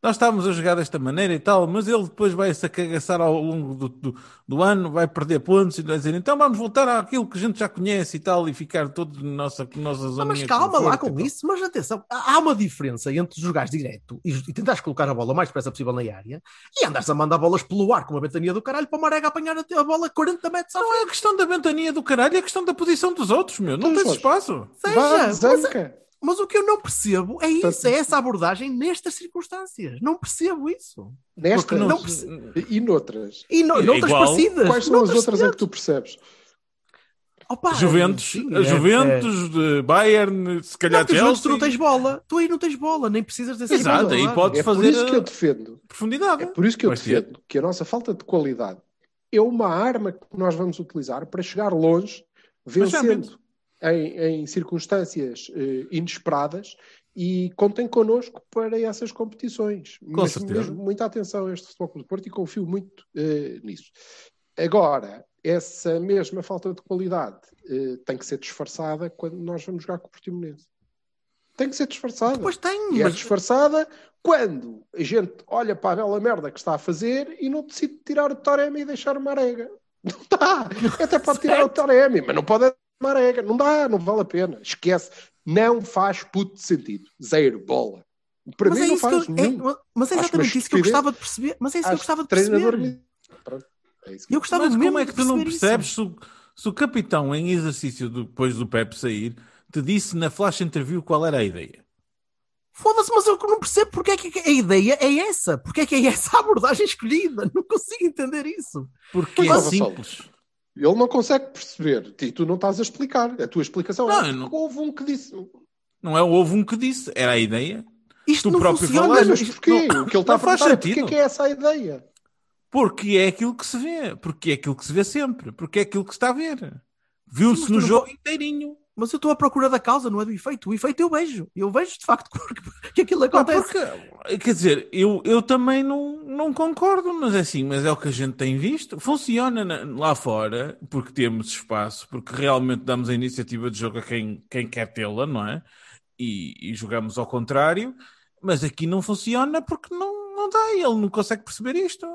[SPEAKER 3] nós estávamos a jogar desta maneira e tal, mas ele depois vai-se acagaçar ao longo do, do, do ano, vai perder pontos e vai dizer então vamos voltar àquilo que a gente já conhece e tal, e ficar todos na nossa, nossa zona.
[SPEAKER 2] Ah, mas calma lá com isso, mas atenção, há há uma diferença entre jogares direto e, e tentares colocar a bola o mais depressa possível na área e andares a mandar bolas pelo ar com uma ventania do caralho para o Marega apanhar a, a bola 40 metros à frente.
[SPEAKER 3] Não é a questão da ventania do caralho, é a questão da posição dos outros, meu. Não
[SPEAKER 4] Então,
[SPEAKER 3] tens
[SPEAKER 4] Jorge,
[SPEAKER 3] espaço.
[SPEAKER 4] Vá,
[SPEAKER 2] Seja, mas,
[SPEAKER 4] zanca.
[SPEAKER 2] mas o que eu não percebo é
[SPEAKER 3] Tá
[SPEAKER 2] isso,
[SPEAKER 4] Portanto-
[SPEAKER 2] é essa abordagem nestas circunstâncias. Não percebo isso.
[SPEAKER 4] Nesta
[SPEAKER 3] Porque não,
[SPEAKER 2] não perce-
[SPEAKER 4] e noutras.
[SPEAKER 2] E no,
[SPEAKER 3] É
[SPEAKER 2] noutras
[SPEAKER 3] igual.
[SPEAKER 2] parecidas.
[SPEAKER 4] Quais são as
[SPEAKER 2] noutras
[SPEAKER 4] outras em que
[SPEAKER 2] parecidas.
[SPEAKER 4] tu percebes?
[SPEAKER 2] Opa,
[SPEAKER 3] é Juventus,
[SPEAKER 2] sim,
[SPEAKER 3] a
[SPEAKER 2] é- é.
[SPEAKER 3] Juventus, de Bayern, se calhar
[SPEAKER 2] Não, porque Juventus tu
[SPEAKER 3] Chelsea,
[SPEAKER 2] não tens bola, tu aí não tens bola, nem precisas tipo dessa
[SPEAKER 3] Exato,
[SPEAKER 2] bola.
[SPEAKER 3] aí podes-
[SPEAKER 4] É por
[SPEAKER 3] fazer eh,
[SPEAKER 4] isso
[SPEAKER 3] a-
[SPEAKER 4] que eu defendo.
[SPEAKER 3] profundidade.
[SPEAKER 4] É por isso que eu
[SPEAKER 3] Mas,
[SPEAKER 4] defendo que a nossa falta de qualidade é uma arma que nós vamos utilizar para chegar longe,
[SPEAKER 3] Mas já
[SPEAKER 4] vencendo em, em circunstâncias eh, inesperadas e contem connosco para essas competições. Mas
[SPEAKER 3] certeza.
[SPEAKER 4] mesmo muita atenção a este Futebol Clube do Porto e confio muito eh, nisso. Agora, essa mesma falta de qualidade eh, tem que ser disfarçada quando nós vamos jogar com o Portimonense. Tem que ser disfarçada.
[SPEAKER 2] Pois tem,
[SPEAKER 4] E é
[SPEAKER 2] mas
[SPEAKER 4] disfarçada quando a gente olha para a bela merda que está a fazer e não decide tirar o Taremi e deixar o Marega. Não dá. Até pode tirar o Taremi, mas não pode é o Marega. Não dá, não vale a pena. Esquece. Não faz puto sentido. Zero bola. Para
[SPEAKER 2] mas
[SPEAKER 4] mim
[SPEAKER 2] é
[SPEAKER 4] não
[SPEAKER 2] isso
[SPEAKER 4] faz
[SPEAKER 2] que eu, é-
[SPEAKER 4] nenhum.
[SPEAKER 2] mas é
[SPEAKER 4] Acho
[SPEAKER 2] exatamente
[SPEAKER 4] uma
[SPEAKER 2] isso que eu
[SPEAKER 4] estupidez.
[SPEAKER 2] gostava de perceber. Mas é isso que eu
[SPEAKER 4] Acho
[SPEAKER 2] gostava de
[SPEAKER 4] treinador
[SPEAKER 2] perceber.
[SPEAKER 4] mesmo. Pronto, é isso que
[SPEAKER 2] Eu gostava
[SPEAKER 3] Mas
[SPEAKER 2] mesmo
[SPEAKER 3] como é que
[SPEAKER 2] de
[SPEAKER 3] tu não
[SPEAKER 2] perceber isso.
[SPEAKER 3] percebes se o, se o capitão em exercício do- depois do Pepe sair te disse na flash interview qual era a ideia?
[SPEAKER 2] Foda-se, mas eu não percebo porque é que a ideia é essa. Porque é que é essa a abordagem escolhida. Não consigo entender isso.
[SPEAKER 3] Porque
[SPEAKER 4] Mas
[SPEAKER 3] é
[SPEAKER 4] olha só,
[SPEAKER 3] simples.
[SPEAKER 4] Ele não consegue perceber. E tu não estás a explicar. A tua explicação
[SPEAKER 3] Não,
[SPEAKER 4] é
[SPEAKER 3] eu não-
[SPEAKER 4] houve um que disse.
[SPEAKER 3] Não é houve um que disse, era a ideia.
[SPEAKER 2] Isto
[SPEAKER 3] Tu
[SPEAKER 2] não
[SPEAKER 3] próprio
[SPEAKER 2] funciona.
[SPEAKER 3] falaste,
[SPEAKER 4] Mas
[SPEAKER 2] isto
[SPEAKER 4] porquê?
[SPEAKER 2] não-
[SPEAKER 4] o que ele está a
[SPEAKER 3] não faz
[SPEAKER 4] perguntar é porquê
[SPEAKER 3] sentido.
[SPEAKER 4] que é essa a ideia?
[SPEAKER 3] Porque é aquilo que se vê. Porque é aquilo que se vê sempre. Porque é aquilo que se está a ver.
[SPEAKER 2] Mas
[SPEAKER 3] Viu-se
[SPEAKER 2] tu
[SPEAKER 3] no
[SPEAKER 2] não
[SPEAKER 3] jogo inteirinho.
[SPEAKER 2] Mas eu estou à procura da causa, não é do efeito. O efeito eu vejo. Eu vejo de facto que- que
[SPEAKER 4] Ah,
[SPEAKER 2] aquilo
[SPEAKER 3] Pá,
[SPEAKER 2] acontece.
[SPEAKER 3] porque, quer dizer, eu, eu também não, não concordo, mas é assim, mas é o que a gente tem visto. Funciona na- lá fora, porque temos espaço, porque realmente damos a iniciativa de jogo a quem, quem quer tê-la, não é? E, e jogamos ao contrário, mas aqui não funciona porque não, não dá, ele não consegue perceber isto.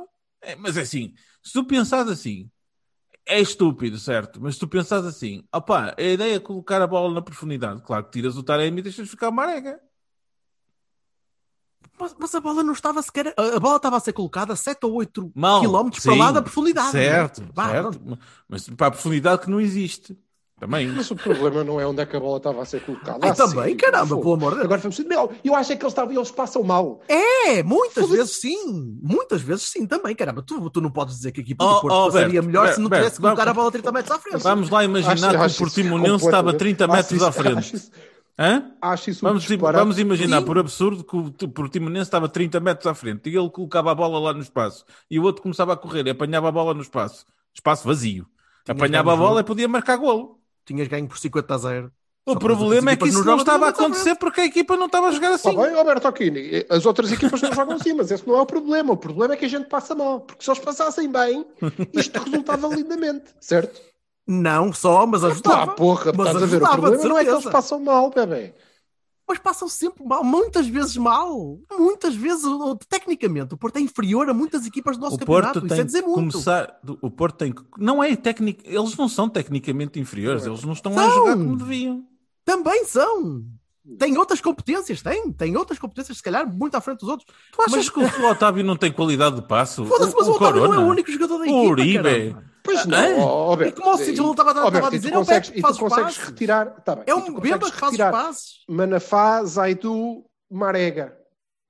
[SPEAKER 3] É, mas é assim, se tu pensares assim, é estúpido, certo? Mas se tu pensares assim, opá, a ideia é colocar a bola na profundidade, claro que tiras o Taremi e deixas ficar a marega.
[SPEAKER 2] Mas, mas a bola não estava sequer. A, a bola estava a ser colocada a 7 ou 8
[SPEAKER 3] Mal,
[SPEAKER 2] quilómetros para
[SPEAKER 3] sim,
[SPEAKER 2] lá da profundidade. é?
[SPEAKER 3] Certo,
[SPEAKER 2] Vá,
[SPEAKER 3] certo. Mas para a profundidade que não existe. Também.
[SPEAKER 4] Mas o problema não é onde é que a bola estava a ser colocada.
[SPEAKER 2] Ai,
[SPEAKER 4] Ah,
[SPEAKER 2] também,
[SPEAKER 4] sim,
[SPEAKER 2] caramba,
[SPEAKER 4] fogo.
[SPEAKER 2] pelo amor de Deus.
[SPEAKER 4] Agora vamos dizer, não, eu acho é que eles estavam e eles passam mal.
[SPEAKER 2] É, muitas
[SPEAKER 4] Foda-se.
[SPEAKER 2] vezes sim. Muitas vezes sim também, caramba. Tu, tu não podes dizer que a equipa
[SPEAKER 3] Oh,
[SPEAKER 2] do Porto
[SPEAKER 3] oh,
[SPEAKER 2] passaria
[SPEAKER 3] Alberto,
[SPEAKER 2] melhor se não
[SPEAKER 3] Alberto,
[SPEAKER 2] tivesse que colocar
[SPEAKER 3] vamos-
[SPEAKER 2] a bola 30 metros à frente.
[SPEAKER 3] Vamos lá imaginar
[SPEAKER 4] Acho-
[SPEAKER 3] que
[SPEAKER 4] acho
[SPEAKER 3] o
[SPEAKER 4] isso
[SPEAKER 3] Portimonense estava
[SPEAKER 4] completamente-
[SPEAKER 3] 30
[SPEAKER 4] acho
[SPEAKER 3] metros
[SPEAKER 4] isso-
[SPEAKER 3] à frente.
[SPEAKER 4] Acho isso,
[SPEAKER 3] Hã?
[SPEAKER 4] acho isso um
[SPEAKER 3] Vamos, im-
[SPEAKER 4] disparate.
[SPEAKER 3] vamos imaginar,
[SPEAKER 2] Sim.
[SPEAKER 3] por absurdo, que o t- Portimonense estava 30 metros à frente e ele colocava a bola lá no espaço e o outro começava a correr e apanhava a bola no espaço. Espaço vazio.
[SPEAKER 2] Tinhas
[SPEAKER 3] apanhava a
[SPEAKER 2] ganho o
[SPEAKER 3] bola e
[SPEAKER 2] jogo.
[SPEAKER 3] podia marcar golo.
[SPEAKER 2] Tinhas ganho por 50 a 0.
[SPEAKER 3] O
[SPEAKER 2] Só que as
[SPEAKER 3] problema
[SPEAKER 2] outras
[SPEAKER 3] é que
[SPEAKER 2] equipas
[SPEAKER 3] isso
[SPEAKER 2] não
[SPEAKER 3] não
[SPEAKER 2] jogam
[SPEAKER 3] estava a
[SPEAKER 2] totalmente à frente.
[SPEAKER 3] acontecer porque a equipa não estava a jogar
[SPEAKER 4] Está
[SPEAKER 3] assim.
[SPEAKER 4] Tá bem, Alberto Aquino, as outras equipas não jogam assim, mas esse não é o problema. O problema é que a gente passa mal, porque se eles passassem bem, isto resultava lindamente, certo?
[SPEAKER 2] Não só, mas
[SPEAKER 4] Tá,
[SPEAKER 2] ajudava.
[SPEAKER 4] porra,
[SPEAKER 2] mas
[SPEAKER 4] estás a ver? O
[SPEAKER 2] ajudava, de
[SPEAKER 4] problema não é que eles
[SPEAKER 2] certeza.
[SPEAKER 4] passam mal, bebê.
[SPEAKER 2] mas passam sempre mal, muitas vezes mal. Muitas vezes, o- o- tecnicamente, o Porto é inferior a muitas equipas do nosso
[SPEAKER 3] O
[SPEAKER 2] campeonato.
[SPEAKER 3] Porto
[SPEAKER 2] Isso
[SPEAKER 3] tem
[SPEAKER 2] é dizer
[SPEAKER 3] que
[SPEAKER 2] muito.
[SPEAKER 3] começar. O Porto tem que. Não é técnico. Eles não são tecnicamente inferiores. Eles não estão a
[SPEAKER 2] São.
[SPEAKER 3] jogar como deviam.
[SPEAKER 2] Também são. Tem outras competências, tem. Tem outras competências, se calhar, muito à frente dos outros.
[SPEAKER 3] Tu achas que o Otávio não tem qualidade de passo?
[SPEAKER 2] Foda-se, mas o, Otávio não é o único jogador da
[SPEAKER 3] O
[SPEAKER 2] equipa,
[SPEAKER 3] Uribe.
[SPEAKER 2] caramba.
[SPEAKER 4] Pois não,
[SPEAKER 3] Hã?
[SPEAKER 4] ó,
[SPEAKER 2] E
[SPEAKER 4] Alberto.
[SPEAKER 2] É, como o Cid não estava estava a
[SPEAKER 4] Alberto, e
[SPEAKER 2] dizer,
[SPEAKER 4] tu
[SPEAKER 2] é o
[SPEAKER 4] consegues,
[SPEAKER 2] Pepe que
[SPEAKER 4] e tu
[SPEAKER 2] faz os
[SPEAKER 4] consegues
[SPEAKER 2] passes.
[SPEAKER 4] retirar. Tá bem,
[SPEAKER 2] É
[SPEAKER 4] e tu
[SPEAKER 2] um
[SPEAKER 4] consegues
[SPEAKER 2] Bemba que faz os
[SPEAKER 4] retirar
[SPEAKER 2] passes.
[SPEAKER 4] Manafá, Zaidu, Marega.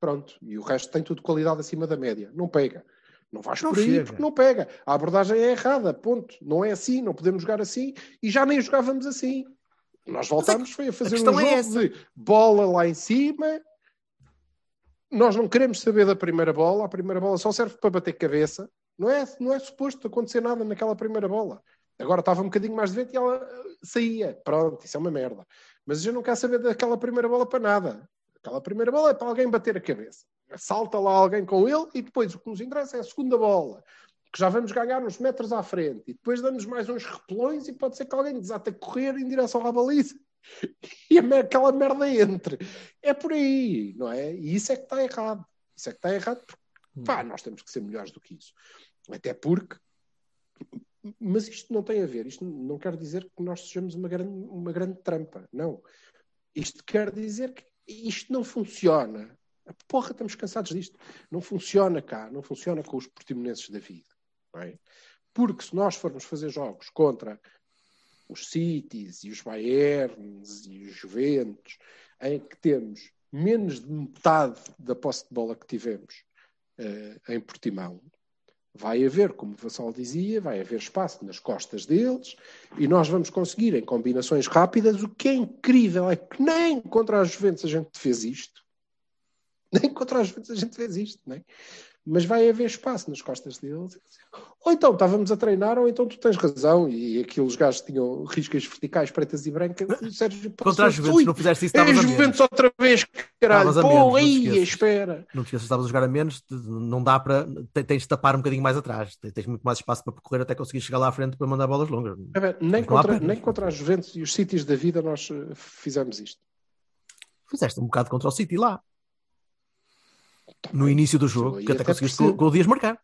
[SPEAKER 4] Pronto. E o resto tem tudo qualidade acima da média. Não pega. Não vais
[SPEAKER 2] Não
[SPEAKER 4] por aí
[SPEAKER 2] chega.
[SPEAKER 4] porque não pega. A abordagem é errada. Ponto. Não é assim. Não podemos jogar assim. E já nem jogávamos assim.
[SPEAKER 2] é
[SPEAKER 4] Nós voltámos foi a fazer um
[SPEAKER 2] questão
[SPEAKER 4] jogo
[SPEAKER 2] é
[SPEAKER 4] de bola lá em cima. Nós não queremos saber da primeira bola. A primeira bola só serve para bater cabeça. Não é, não é suposto acontecer nada naquela primeira bola. Agora estava um bocadinho mais de vento e ela eh, saía. Pronto, isso é uma merda. Mas eu não quero saber daquela primeira bola para nada. Aquela primeira bola é para alguém bater a cabeça. Salta lá alguém com ele e depois o que nos interessa é a segunda bola, que já vamos ganhar uns metros à frente. E depois damos mais uns repelões e pode ser que alguém desata a correr em direção à baliza. E a mer- aquela merda entre. É por aí, não é? E isso é que está errado. Isso é que está errado
[SPEAKER 3] Uhum.
[SPEAKER 4] porque, pá, nós temos que ser melhores do que isso. Até porque mas isto não tem a ver, isto não quer dizer que nós sejamos uma grande, uma grande trampa, não. Isto quer dizer que isto não funciona. Porra, estamos cansados disto. Não funciona cá, não funciona com os portimonenses da vida. não é? Porque se nós formos fazer jogos contra os Cities e os Bayerns e os Juventus, em que temos menos de metade da posse de bola que tivemos eh, em Portimão, Vai haver, como o Vassal dizia, vai haver espaço nas costas deles e nós vamos conseguir em combinações rápidas. O que é incrível é que nem contra a Juventus a gente fez isto. Nem contra a Juventus a gente fez isto, nem. Mas vai haver espaço nas costas deles. Ou então estávamos a treinar, ou então tu tens razão e aqueles gajos tinham riscas verticais pretas e brancas. E o Sérgio
[SPEAKER 2] Contra as
[SPEAKER 4] Conceição,
[SPEAKER 2] Juventus,
[SPEAKER 4] "Ui,
[SPEAKER 2] não fizeste isso,
[SPEAKER 4] é a
[SPEAKER 2] estavas a menos.
[SPEAKER 4] Juventus outra vez, caralho.
[SPEAKER 2] Estavas a menos, não
[SPEAKER 4] Pô,
[SPEAKER 2] te
[SPEAKER 4] aí,
[SPEAKER 2] esqueças.
[SPEAKER 4] espera.
[SPEAKER 2] Não te esqueças, estavas a jogar a menos, te- não dá para. te- Tens de tapar um bocadinho mais atrás. te- Tens muito mais espaço para percorrer até conseguir chegar lá à frente para mandar bolas longas.
[SPEAKER 4] É bem,
[SPEAKER 2] Mas
[SPEAKER 4] nem,
[SPEAKER 2] não há
[SPEAKER 4] contra,
[SPEAKER 2] pernas.
[SPEAKER 4] nem contra as Juventus e os sítios da vida nós eh, fizemos isto.
[SPEAKER 2] Fizeste um bocado contra o City lá,
[SPEAKER 4] Tá
[SPEAKER 2] no
[SPEAKER 4] bem.
[SPEAKER 2] início do
[SPEAKER 4] Eu
[SPEAKER 2] jogo,
[SPEAKER 4] aí
[SPEAKER 2] que até
[SPEAKER 4] até
[SPEAKER 2] conseguiste
[SPEAKER 4] percebo.
[SPEAKER 2] com o Dias marcar.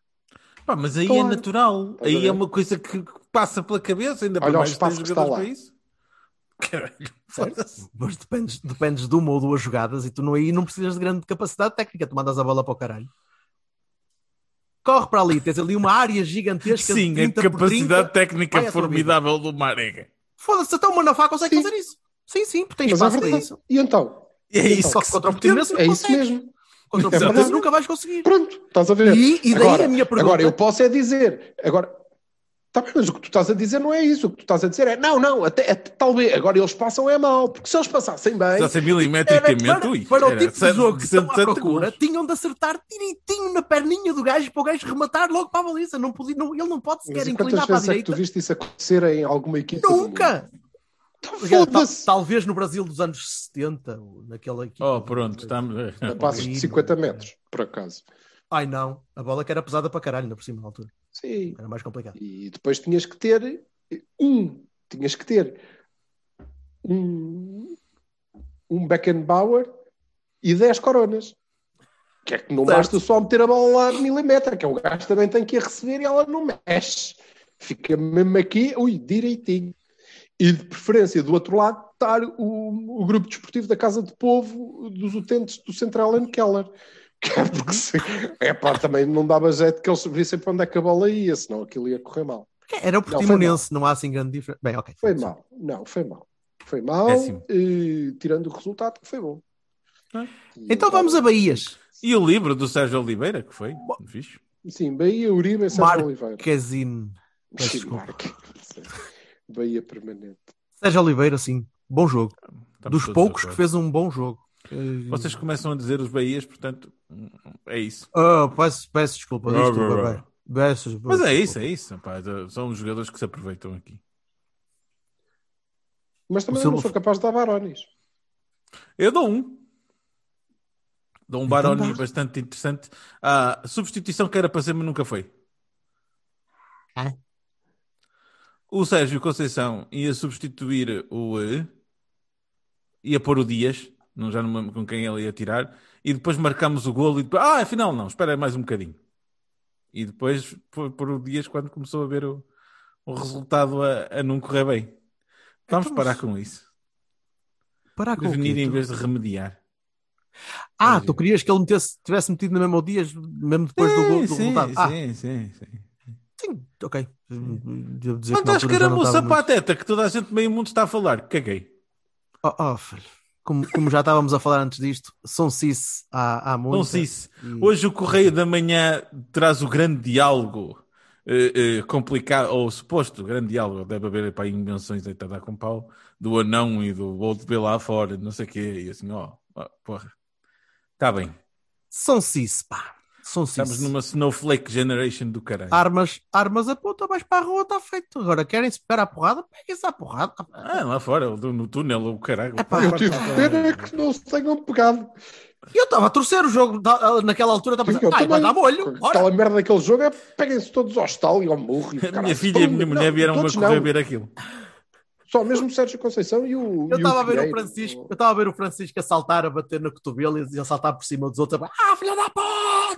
[SPEAKER 3] Pá, mas aí é
[SPEAKER 4] Claro.
[SPEAKER 3] natural.
[SPEAKER 4] Estás a
[SPEAKER 3] Aí
[SPEAKER 4] ver?
[SPEAKER 3] é uma coisa que que passa pela cabeça, ainda para
[SPEAKER 4] Olha o
[SPEAKER 3] mais que tem
[SPEAKER 4] espaço que está
[SPEAKER 3] jogadores
[SPEAKER 4] lá.
[SPEAKER 3] para isso. Caralho, foda-se.
[SPEAKER 2] Mas dependes, dependes de uma ou duas jogadas e tu não, aí não precisas de grande capacidade técnica. Tu mandas a bola para o caralho. Corre para ali, tens ali uma área gigantesca. de
[SPEAKER 3] Sim, a
[SPEAKER 2] 30 por 30.
[SPEAKER 3] capacidade técnica
[SPEAKER 2] Vai à tua
[SPEAKER 3] formidável do Marega.
[SPEAKER 2] Foda-se, até o Manafá consegue
[SPEAKER 4] Sim.
[SPEAKER 2] fazer isso. Sim, sim, porque tem
[SPEAKER 4] Mas é
[SPEAKER 2] espaço para
[SPEAKER 4] verdade.
[SPEAKER 2] isso.
[SPEAKER 4] E então?
[SPEAKER 3] E é
[SPEAKER 2] Então,
[SPEAKER 3] isso
[SPEAKER 2] só
[SPEAKER 3] que
[SPEAKER 2] que
[SPEAKER 3] se
[SPEAKER 2] contra o
[SPEAKER 3] pretende.
[SPEAKER 2] Portimonense não
[SPEAKER 4] É isso
[SPEAKER 2] consegues.
[SPEAKER 4] mesmo.
[SPEAKER 2] Contra o
[SPEAKER 3] Exatamente.
[SPEAKER 2] Portimonense nunca vais conseguir.
[SPEAKER 4] Pronto, estás a ver.
[SPEAKER 2] E, e daí
[SPEAKER 4] agora,
[SPEAKER 2] a minha pergunta.
[SPEAKER 4] agora eu posso é dizer. Agora, tá bem, mas o que tu estás a dizer não é isso. O que tu estás a dizer é não, não, até, até- talvez. Agora eles passam é mal, porque se eles passassem bem.
[SPEAKER 3] Já sei
[SPEAKER 2] Era
[SPEAKER 3] milimetricamente.
[SPEAKER 2] para,
[SPEAKER 3] ui,
[SPEAKER 2] para o
[SPEAKER 3] era
[SPEAKER 2] tipo de
[SPEAKER 3] cento-
[SPEAKER 2] jogo que estão à
[SPEAKER 3] cento-
[SPEAKER 2] procura, tinham de acertar direitinho na perninha do gajo para o gajo rematar logo para a baliza. Não podia, não, ele não pode
[SPEAKER 4] Mas
[SPEAKER 2] sequer
[SPEAKER 4] e
[SPEAKER 2] inclinar
[SPEAKER 4] quantas
[SPEAKER 2] para a
[SPEAKER 4] vezes é que tu
[SPEAKER 2] direita.
[SPEAKER 4] viste isso acontecer em alguma equipa? do mundo?
[SPEAKER 2] Nunca!
[SPEAKER 4] Tá,
[SPEAKER 2] Tal-
[SPEAKER 4] Foda-se!
[SPEAKER 2] talvez no Brasil dos anos 70, ou naquela equipa.
[SPEAKER 3] Oh, pronto,
[SPEAKER 4] tá.
[SPEAKER 3] estamos.
[SPEAKER 4] A passos de
[SPEAKER 2] horrível,
[SPEAKER 4] 50
[SPEAKER 2] cara.
[SPEAKER 4] metros, por acaso.
[SPEAKER 2] Ai não, a bola que era pesada para caralho, ainda por cima na altura.
[SPEAKER 4] Sim.
[SPEAKER 2] Era mais complicado.
[SPEAKER 4] E depois tinhas que ter um, tinhas que ter um, um Beckenbauer e 10 coronas. Que é que não
[SPEAKER 2] Certo.
[SPEAKER 4] basta só meter a bola lá milimétrica, o gajo também tem que a receber e ela não mexe. Fica mesmo aqui, ui, direitinho. E de preferência do outro lado estar o, o grupo desportivo da Casa de Povo dos utentes do Central and Keller, Que é porque se- é pá, também não dava jeito que eles vissem para onde é que a bola ia, senão aquilo ia correr mal.
[SPEAKER 2] Era o
[SPEAKER 4] foi mal.
[SPEAKER 2] Portimonense, não, há assim grande diferença. Bem, ok.
[SPEAKER 4] Foi mal, não, foi mal. Foi mal,
[SPEAKER 3] Péssimo.
[SPEAKER 4] eh, tirando o resultado que foi bom.
[SPEAKER 3] Ah.
[SPEAKER 4] E
[SPEAKER 2] Então vamos a Bahias.
[SPEAKER 3] E o livro do Sérgio Oliveira, que foi? Fixe.
[SPEAKER 4] Sim, Bahia, Uribe e
[SPEAKER 2] Marco.
[SPEAKER 4] Sérgio Oliveira.
[SPEAKER 2] Casino. peço
[SPEAKER 4] Sim,
[SPEAKER 2] desculpa.
[SPEAKER 4] Marco. Bahia permanente.
[SPEAKER 2] Sérgio Oliveira, sim. Bom jogo.
[SPEAKER 3] Estamos
[SPEAKER 2] Dos
[SPEAKER 3] todos
[SPEAKER 2] poucos
[SPEAKER 3] de
[SPEAKER 2] que
[SPEAKER 3] acordo.
[SPEAKER 2] fez um bom jogo.
[SPEAKER 3] É,
[SPEAKER 2] Eh,
[SPEAKER 3] Vocês começam a dizer os Bahias, portanto, é isso.
[SPEAKER 2] ah, peço, peço desculpa.
[SPEAKER 3] Blá,
[SPEAKER 2] desculpa,
[SPEAKER 3] blá, blá.
[SPEAKER 2] bem. Peço-
[SPEAKER 3] Mas é
[SPEAKER 2] desculpa.
[SPEAKER 3] isso, é isso. pá. São os jogadores que se aproveitam aqui.
[SPEAKER 4] Mas também
[SPEAKER 2] O seu-
[SPEAKER 4] eu não sou capaz de dar barones.
[SPEAKER 3] Eu dou um. Dou um Baroni
[SPEAKER 2] dá.
[SPEAKER 3] bastante interessante. A substituição que era para ser, mas nunca foi.
[SPEAKER 2] Hã?
[SPEAKER 3] O Sérgio Conceição ia substituir o. eh, ia pôr o Dias, não, já não me lembro com quem ele ia tirar, e depois marcámos o golo e depois. Ah, afinal não, espera mais um bocadinho. E depois foi pôr o Dias quando começou a ver o, o resultado a, a não correr bem. Vamos
[SPEAKER 2] Então,
[SPEAKER 3] parar
[SPEAKER 2] mas-
[SPEAKER 3] com isso.
[SPEAKER 2] Parar com o
[SPEAKER 3] Prevenir
[SPEAKER 2] quê?
[SPEAKER 3] em
[SPEAKER 2] Tu-
[SPEAKER 3] vez de remediar.
[SPEAKER 2] Ah, tu querias que ele metesse- tivesse metido na mesma o Dias, mesmo depois do gol do
[SPEAKER 3] sim,
[SPEAKER 2] resultado. Ah,
[SPEAKER 3] sim, sim, sim.
[SPEAKER 2] sim, ok. Devo dizer
[SPEAKER 3] Quanto
[SPEAKER 2] na
[SPEAKER 3] às
[SPEAKER 2] altura já não
[SPEAKER 3] caramuça
[SPEAKER 2] estava muito-
[SPEAKER 3] pateta que toda a gente meio mundo está a falar, caguei.
[SPEAKER 2] Oh, oh, filho. Como, como já estávamos a falar antes disto, são Cice há, há muito.
[SPEAKER 3] Não sei se
[SPEAKER 2] E-
[SPEAKER 3] hoje o Correio da Manhã traz o grande diálogo eh, eh, complicado, ou suposto grande diálogo, deve haver para invenções deitada com pau, do anão e do outro de lá fora, não sei o quê, e assim, ó, ó, porra. Está bem,
[SPEAKER 2] São Cice, pá. São
[SPEAKER 3] estamos
[SPEAKER 2] Cice.
[SPEAKER 3] numa Snowflake Generation do caralho.
[SPEAKER 2] Armas, armas aponta mais para a rua, está feito. Agora querem-se pegar à porrada, peguem-se à porrada.
[SPEAKER 3] Ah, lá fora, do- no túnel, o caralho.
[SPEAKER 2] Epá,
[SPEAKER 4] eu tive pena que não se tenham pegado.
[SPEAKER 2] E eu estava a torcer o jogo da- naquela altura, estava a
[SPEAKER 4] Sim, eu
[SPEAKER 2] dizer, ai, Ah, vai dar
[SPEAKER 4] também.
[SPEAKER 2] molho. Ora,
[SPEAKER 4] Aquela merda daquele jogo é peguem-se todos ao estalo e ao murro. E, o
[SPEAKER 3] A
[SPEAKER 4] caralho.
[SPEAKER 3] minha filha e a minha
[SPEAKER 4] Não,
[SPEAKER 3] mulher vieram-me a
[SPEAKER 4] todos
[SPEAKER 3] correr
[SPEAKER 4] não.
[SPEAKER 3] ver aquilo.
[SPEAKER 4] Só mesmo o Sérgio Conceição e o.
[SPEAKER 2] eu
[SPEAKER 4] e o
[SPEAKER 2] estava a ver o
[SPEAKER 4] Pinheiro.
[SPEAKER 2] Francisco, eu estava a ver o Francisco a saltar, a bater no cotovelo e a saltar por cima dos outros, a ah, filha da porra!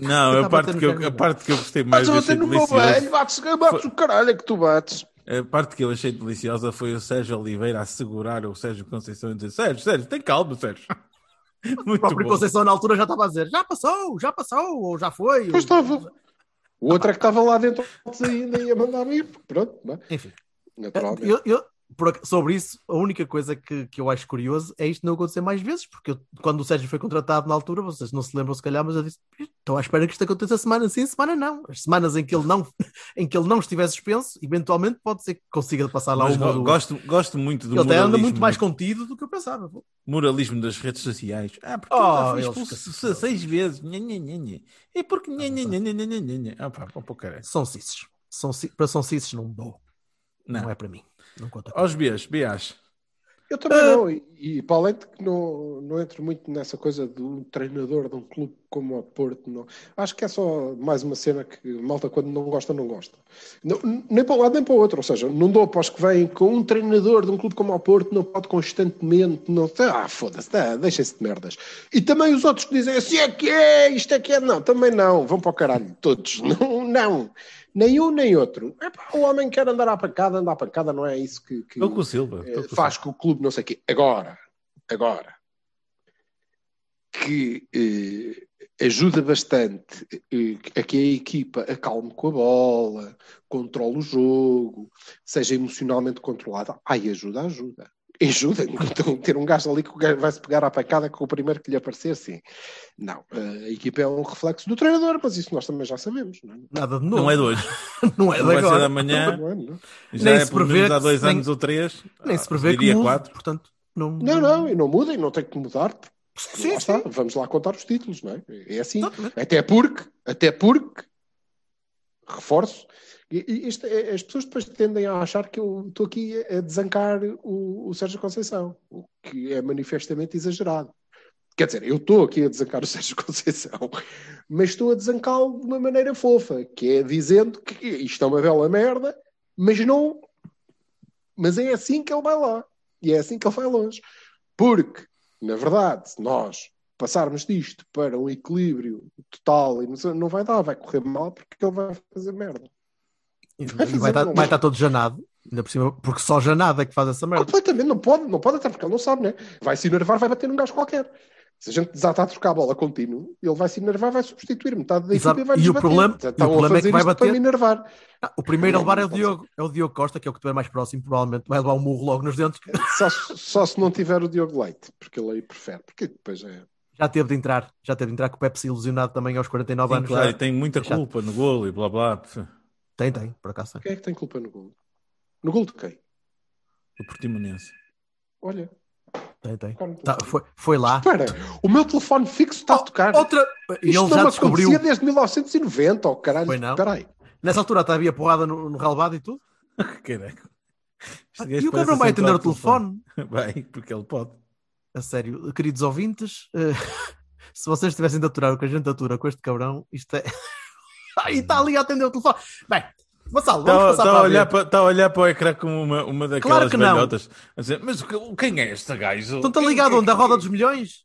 [SPEAKER 3] Não,
[SPEAKER 2] Eu
[SPEAKER 3] a
[SPEAKER 2] tava
[SPEAKER 3] parte,
[SPEAKER 2] tendo
[SPEAKER 3] que eu,
[SPEAKER 2] carinho.
[SPEAKER 3] a parte que eu gostei mais
[SPEAKER 4] Mas eu
[SPEAKER 3] achei
[SPEAKER 4] bater no meu
[SPEAKER 3] deliciosa,
[SPEAKER 4] velho, bates, bates o caralho é que tu bates.
[SPEAKER 3] a parte que eu achei deliciosa foi o Sérgio Oliveira a segurar o Sérgio Conceição e dizer Sérgio, Sérgio, tem calma, Sérgio.
[SPEAKER 2] O
[SPEAKER 3] Muito
[SPEAKER 2] próprio
[SPEAKER 3] bom.
[SPEAKER 2] Conceição na altura já estava a dizer, já passou, já passou, ou já foi. ou-
[SPEAKER 4] Pois estava. O outro é que estava lá dentro ainda ia mandar vir. Pronto, não é?
[SPEAKER 2] Enfim.
[SPEAKER 4] naturalmente.
[SPEAKER 2] Ah, Eu- eu- por ac- sobre isso, a única coisa que, que eu acho curioso é isto não acontecer mais vezes, porque eu- quando o Sérgio foi contratado na altura, vocês não se lembram se calhar, mas eu disse, estou à espera que isto aconteça semana sim, semana não. As semanas em que ele não, em que ele não estiver suspenso, eventualmente pode ser que consiga passar tá lá
[SPEAKER 3] Mas
[SPEAKER 2] uma ou
[SPEAKER 3] go-
[SPEAKER 2] duas.
[SPEAKER 3] gosto, gosto muito do
[SPEAKER 2] Ele até anda
[SPEAKER 3] moralismo,
[SPEAKER 2] muito mais contido do que eu pensava. pô.
[SPEAKER 3] moralismo das redes sociais. Ah, porque
[SPEAKER 2] Oh, assim,
[SPEAKER 3] ele já foi
[SPEAKER 2] eles
[SPEAKER 3] expulso
[SPEAKER 2] esqueceram.
[SPEAKER 3] seis vezes. Nha, nha, nha, nha. É porque. Nha, nha, nha, nha, nha, nha, nha. Ah, pá, pá, pá, caralho.
[SPEAKER 2] São cisses. São, ci- para São cisses não dou. Não.
[SPEAKER 3] Não.
[SPEAKER 2] é para mim. Não conta.
[SPEAKER 3] Aos Bs, Bs.
[SPEAKER 4] Eu também não, e, e para além de que não, não entro muito nessa coisa de um treinador de um clube como o Porto, não. acho que é só mais uma cena que a malta quando não gosta, não gosta. Não- n- nem para um lado nem para o outro, ou seja, não dou para os que vêm com um treinador de um clube como o Porto, não pode constantemente, não ah, foda-se, dá, deixem-se de merdas. E também os outros que dizem assim é que é, isto é que é, não, também não, vão para o caralho, todos, não, não, nem um nem outro. Epá, o homem quer andar à pancada, andar à pancada, não é isso que. que-
[SPEAKER 3] Estou com o Silva.
[SPEAKER 4] eh,
[SPEAKER 3] estou com o
[SPEAKER 4] faz com o clube não sei o quê. Agora, agora, que eh, ajuda bastante eh, a que a equipa acalme com a bola, controle o jogo, seja emocionalmente controlada. Ai, ajuda, ajuda. Ajuda, então, ter um gajo ali que o gajo vai-se pegar à pacada com o primeiro que lhe aparecer, sim. Não, eh, a equipa é um reflexo do treinador, mas isso nós também já sabemos, não é?
[SPEAKER 2] Nada de
[SPEAKER 3] Silva.
[SPEAKER 2] novo.
[SPEAKER 3] Não é de hoje.
[SPEAKER 2] Não é de
[SPEAKER 3] Não vai ser
[SPEAKER 2] agora.
[SPEAKER 3] da manhã.
[SPEAKER 4] Não é, não é?
[SPEAKER 3] Já
[SPEAKER 2] Nem
[SPEAKER 3] é
[SPEAKER 2] se
[SPEAKER 3] pelo
[SPEAKER 2] prevê
[SPEAKER 3] menos há
[SPEAKER 2] que
[SPEAKER 3] dois
[SPEAKER 2] se-
[SPEAKER 3] anos ou três.
[SPEAKER 2] Nem se
[SPEAKER 3] Ah,
[SPEAKER 2] prevê que
[SPEAKER 3] diria
[SPEAKER 2] mude,
[SPEAKER 3] quatro.
[SPEAKER 2] portanto, não...
[SPEAKER 4] Não, não, e não muda, e não tem que mudar. porque
[SPEAKER 2] Sim,
[SPEAKER 4] lá
[SPEAKER 2] sim.
[SPEAKER 4] está, vamos lá contar os títulos, não é? É assim.
[SPEAKER 2] Exatamente.
[SPEAKER 4] Até porque, até porque, reforço, e- e isto é- as pessoas depois tendem a achar que eu estou aqui a desancar o, o Sérgio Conceição, o que é manifestamente exagerado. Quer dizer, eu estou aqui a desancar o Sérgio Conceição, mas estou a desancá-lo de uma maneira fofa, que é dizendo que isto é uma bela merda, mas não. Mas é assim que ele vai lá. E é assim que ele vai longe. Porque, na verdade, se nós passarmos disto para um equilíbrio total, e não sei- não vai dar, vai correr mal porque ele vai fazer merda.
[SPEAKER 2] E
[SPEAKER 4] Vai fazer
[SPEAKER 2] vai, estar,
[SPEAKER 4] mal.
[SPEAKER 2] vai estar todo janado, ainda por cima, porque só janado é que faz essa merda.
[SPEAKER 4] Completamente, não pode, não pode, até porque ele não sabe, né? Vai se enervar, vai bater num gajo qualquer. Se a gente desata a trocar a bola contínuo, ele vai se enervar, vai substituir metade da
[SPEAKER 2] Exato.
[SPEAKER 4] equipa e vai
[SPEAKER 2] E o
[SPEAKER 4] desbater.
[SPEAKER 2] problema-
[SPEAKER 4] Portanto,
[SPEAKER 2] e o
[SPEAKER 4] estão a
[SPEAKER 2] problema é que
[SPEAKER 4] fazer
[SPEAKER 2] vai
[SPEAKER 4] isto para
[SPEAKER 2] bater-
[SPEAKER 4] me enervar.
[SPEAKER 2] Ah, o primeiro a levar é o,
[SPEAKER 4] Não, não
[SPEAKER 2] Diogo, é o Diogo Costa, que é o que estiver mais próximo, provavelmente vai levar um murro logo nos dentes, que
[SPEAKER 4] Só, se- só se não tiver o Diogo Leite, porque ele aí prefere. Porque depois é.
[SPEAKER 2] já teve de entrar, já teve de entrar com o Pepsi ilusionado também aos 49
[SPEAKER 3] Sim,
[SPEAKER 2] anos.
[SPEAKER 3] claro,
[SPEAKER 2] já.
[SPEAKER 3] e tem muita
[SPEAKER 2] Já.
[SPEAKER 3] culpa no golo e blá blá.
[SPEAKER 2] Tem, tem, por acaso tem.
[SPEAKER 4] Quem é que tem culpa no gol? No gol de quem?
[SPEAKER 3] O Portimonense.
[SPEAKER 4] Olha.
[SPEAKER 2] Tem, tem.
[SPEAKER 4] tocaram no
[SPEAKER 2] Tá,
[SPEAKER 4] telefone.
[SPEAKER 2] foi, foi lá.
[SPEAKER 4] Espera, o meu telefone fixo está a tocar.
[SPEAKER 2] Outra. E
[SPEAKER 4] Isto
[SPEAKER 2] oh, ele
[SPEAKER 4] não
[SPEAKER 2] já
[SPEAKER 4] me
[SPEAKER 2] descobriu.
[SPEAKER 4] acontecia desde 1990, oh caralho.
[SPEAKER 2] Foi não?
[SPEAKER 4] Espera aí.
[SPEAKER 2] Nessa altura até havia porrada no, no relvado e tudo.
[SPEAKER 3] Caraca. Este
[SPEAKER 2] Ah,
[SPEAKER 3] gajo
[SPEAKER 2] E o cabrão
[SPEAKER 3] parece um
[SPEAKER 2] vai
[SPEAKER 3] sempre
[SPEAKER 2] atender
[SPEAKER 3] ao
[SPEAKER 2] o telefone.
[SPEAKER 3] Vai, porque ele pode.
[SPEAKER 2] A sério, queridos ouvintes, eh, se vocês tivessem de aturar o que a gente atura com este cabrão, isto é. Ai, está ali a atender o telefone. Bem, Vassal, vamos passar
[SPEAKER 3] Está
[SPEAKER 2] para
[SPEAKER 3] está Uhum. Tá, a,
[SPEAKER 2] a
[SPEAKER 3] olhar
[SPEAKER 2] ver.
[SPEAKER 3] para- está a olhar para o ecrã como uma, uma daquelas
[SPEAKER 2] que não.
[SPEAKER 3] velhotas. A dizer, mas o que- quem é este gajo?
[SPEAKER 2] Então está
[SPEAKER 3] Quem-
[SPEAKER 2] ligado
[SPEAKER 3] quem-
[SPEAKER 2] onde? A roda dos milhões?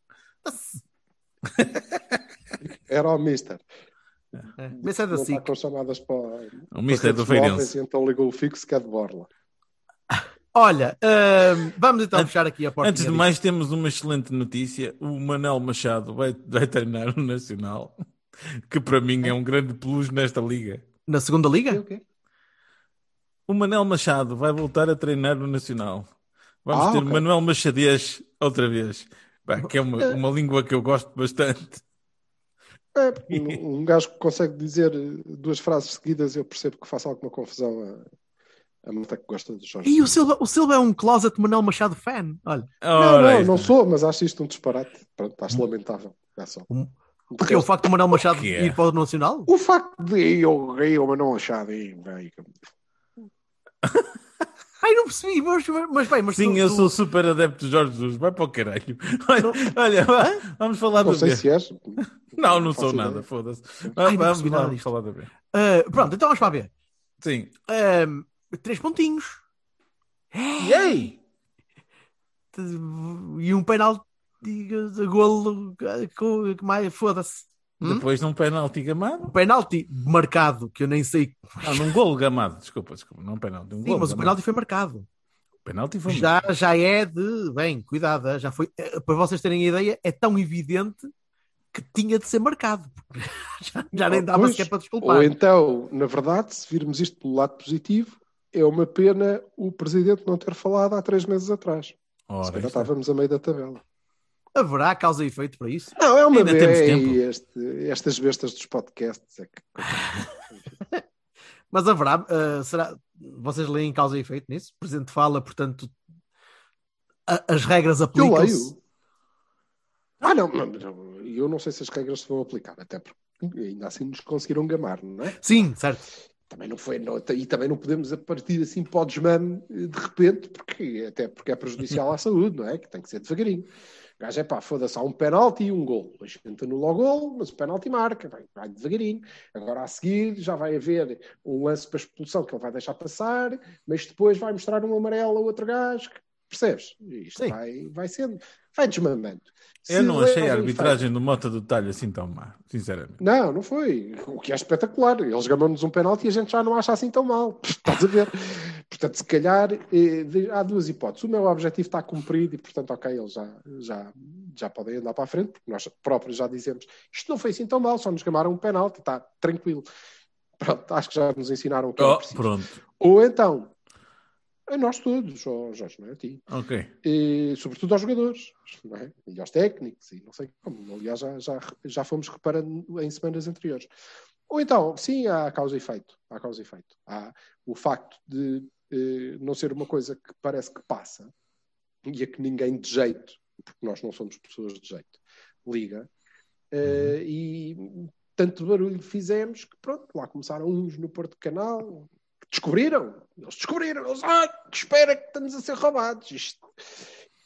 [SPEAKER 4] Era o Mister.
[SPEAKER 2] É,
[SPEAKER 3] Uhum.
[SPEAKER 2] mas é da
[SPEAKER 4] não
[SPEAKER 3] tá
[SPEAKER 4] está
[SPEAKER 2] SIC.
[SPEAKER 4] com chamadas para.
[SPEAKER 3] O Mister
[SPEAKER 4] para
[SPEAKER 3] do
[SPEAKER 4] redes móveis,
[SPEAKER 3] Feirense.
[SPEAKER 4] e Então ligou o fixo que é de Borla.
[SPEAKER 2] Olha, ahm, vamos então
[SPEAKER 3] Antes-
[SPEAKER 2] fechar aqui a porta.
[SPEAKER 3] Antes de mais, temos uma excelente notícia. O Manel Machado vai, vai treinar o Nacional, que para mim é um grande plus nesta liga.
[SPEAKER 2] Na segunda liga?
[SPEAKER 3] O Manel Machado vai voltar a treinar o Nacional. Vamos
[SPEAKER 4] Ah,
[SPEAKER 3] ter
[SPEAKER 4] ok.
[SPEAKER 3] Manuel Machadez outra vez. Pá, que é uma, uma língua que eu gosto bastante.
[SPEAKER 4] É, porque um, um gajo que consegue dizer eh, duas frases seguidas, eu percebo que faça alguma confusão a, a malta que gosta do Jorge.
[SPEAKER 2] E o Silva, o Silva é um closet Manuel Machado fan. Olha,
[SPEAKER 4] Não,
[SPEAKER 3] Ora,
[SPEAKER 4] não,
[SPEAKER 3] isto-
[SPEAKER 4] não sou, mas acho isto um disparate. Pronto, acho lamentável. É só.
[SPEAKER 2] Hum.
[SPEAKER 4] De
[SPEAKER 2] Um- porque o
[SPEAKER 4] resto,
[SPEAKER 2] facto de Manuel Machado
[SPEAKER 3] que é?
[SPEAKER 2] ir para o Nacional?
[SPEAKER 4] o facto de eu, eu mas não é? achar de-
[SPEAKER 2] Ai, não percebi, mas, mas bem, mas
[SPEAKER 3] Sim,
[SPEAKER 2] tu-
[SPEAKER 3] eu
[SPEAKER 2] tu-
[SPEAKER 3] sou super adepto de Jorge Jesus. Vai para o caralho. Olha, olha, vá, vamos falar
[SPEAKER 4] Não
[SPEAKER 3] do B.
[SPEAKER 4] sei se é és.
[SPEAKER 3] Não, não
[SPEAKER 4] faço
[SPEAKER 3] sou
[SPEAKER 4] ideia.
[SPEAKER 3] nada, foda-se.
[SPEAKER 2] Ai, não
[SPEAKER 3] Vá, vamos
[SPEAKER 2] percebi
[SPEAKER 3] lá,
[SPEAKER 2] nada
[SPEAKER 3] vamos
[SPEAKER 2] disto.
[SPEAKER 3] falar do B.
[SPEAKER 2] Ah, pronto, então vamos para ver.
[SPEAKER 3] Sim.
[SPEAKER 2] Ahm, três pontinhos
[SPEAKER 3] Yay!
[SPEAKER 2] e um penalti de golo que- que mais foda-se. Hum?
[SPEAKER 3] Depois num penalti
[SPEAKER 2] Um
[SPEAKER 3] gamado.
[SPEAKER 2] penalti marcado, que eu nem sei.
[SPEAKER 3] Ah, num golo gamado, desculpa, desculpa. Não um penalti, um
[SPEAKER 2] Sim,
[SPEAKER 3] golo
[SPEAKER 2] mas o
[SPEAKER 3] gamado.
[SPEAKER 2] penalti foi marcado.
[SPEAKER 3] O penalti foi
[SPEAKER 2] já, já é de. Bem, cuidado, eh, já foi. eh, Para vocês terem a ideia, é tão evidente que tinha de ser marcado. porque já, já nem dava
[SPEAKER 4] Pois,
[SPEAKER 2] sequer para desculpar.
[SPEAKER 4] Ou então, na verdade, se virmos isto pelo lado positivo, é uma pena o presidente não ter falado há três meses atrás.
[SPEAKER 3] Ora,
[SPEAKER 4] se calhar
[SPEAKER 3] isto-
[SPEAKER 2] é.
[SPEAKER 4] estávamos a meio da tabela.
[SPEAKER 2] Haverá causa e efeito para isso?
[SPEAKER 4] Não, é uma
[SPEAKER 3] Ainda temos tempo.
[SPEAKER 4] vez. este- estas bestas dos podcasts é que
[SPEAKER 2] Mas haverá. eh, será, vocês leem causa e efeito nisso? O presidente fala, portanto. a- as regras
[SPEAKER 4] eu
[SPEAKER 2] aplicam-se.
[SPEAKER 4] leio. Ah, não, não, não, eu não sei se as regras se vão aplicar, até porque ainda assim nos conseguiram gamar, não é?
[SPEAKER 2] Sim, certo.
[SPEAKER 4] Também não foi, não, e também não podemos a partir assim para o desmame eh, de repente, porque, até porque é prejudicial à saúde, não é? Que tem que ser devagarinho. O gajo é pá, foda-se, há um penalti e um gol. A gente anula o gol, mas o penalti marca, vai, vai devagarinho. Agora a seguir já vai haver um lance para expulsão que ele vai deixar passar, mas depois vai mostrar um amarelo a outro gajo. que- Percebes? Isto
[SPEAKER 2] Sim.
[SPEAKER 4] vai, vai sendo, vai desmamando.
[SPEAKER 3] Eu não achei a
[SPEAKER 4] arbitragem
[SPEAKER 3] arbitragem do Mota do Talho assim tão má, sinceramente.
[SPEAKER 4] não, não foi. O que é espetacular. Eles gamam-nos um penalti e a gente já não acha assim tão mal. Estás a ver? Portanto, se calhar eh, de- há duas hipóteses. O meu objetivo está cumprido e, portanto, ok, eles já, já, já podem andar para a frente, porque nós próprios já dizemos isto não foi assim tão mal, só nos gamaram um penalti, está tranquilo. Pronto, acho que já nos ensinaram o que é
[SPEAKER 3] Oh,
[SPEAKER 4] preciso.
[SPEAKER 3] pronto.
[SPEAKER 4] Ou então, a nós todos, ó Jorge, não é a ti,
[SPEAKER 3] Ok.
[SPEAKER 4] e, sobretudo aos jogadores não é? e aos técnicos e não sei como. Aliás, já, já, já fomos reparando em semanas anteriores. Ou então, sim, há causa e efeito. Há causa e efeito. Há o facto de eh, não ser uma coisa que parece que passa e a que ninguém de jeito, porque nós não somos pessoas de jeito, liga. Eh, E tanto barulho fizemos que, pronto, lá começaram uns no Porto Canal. que Descobriram, eles descobriram, eles, ah, espera que estamos a ser roubados. Isto.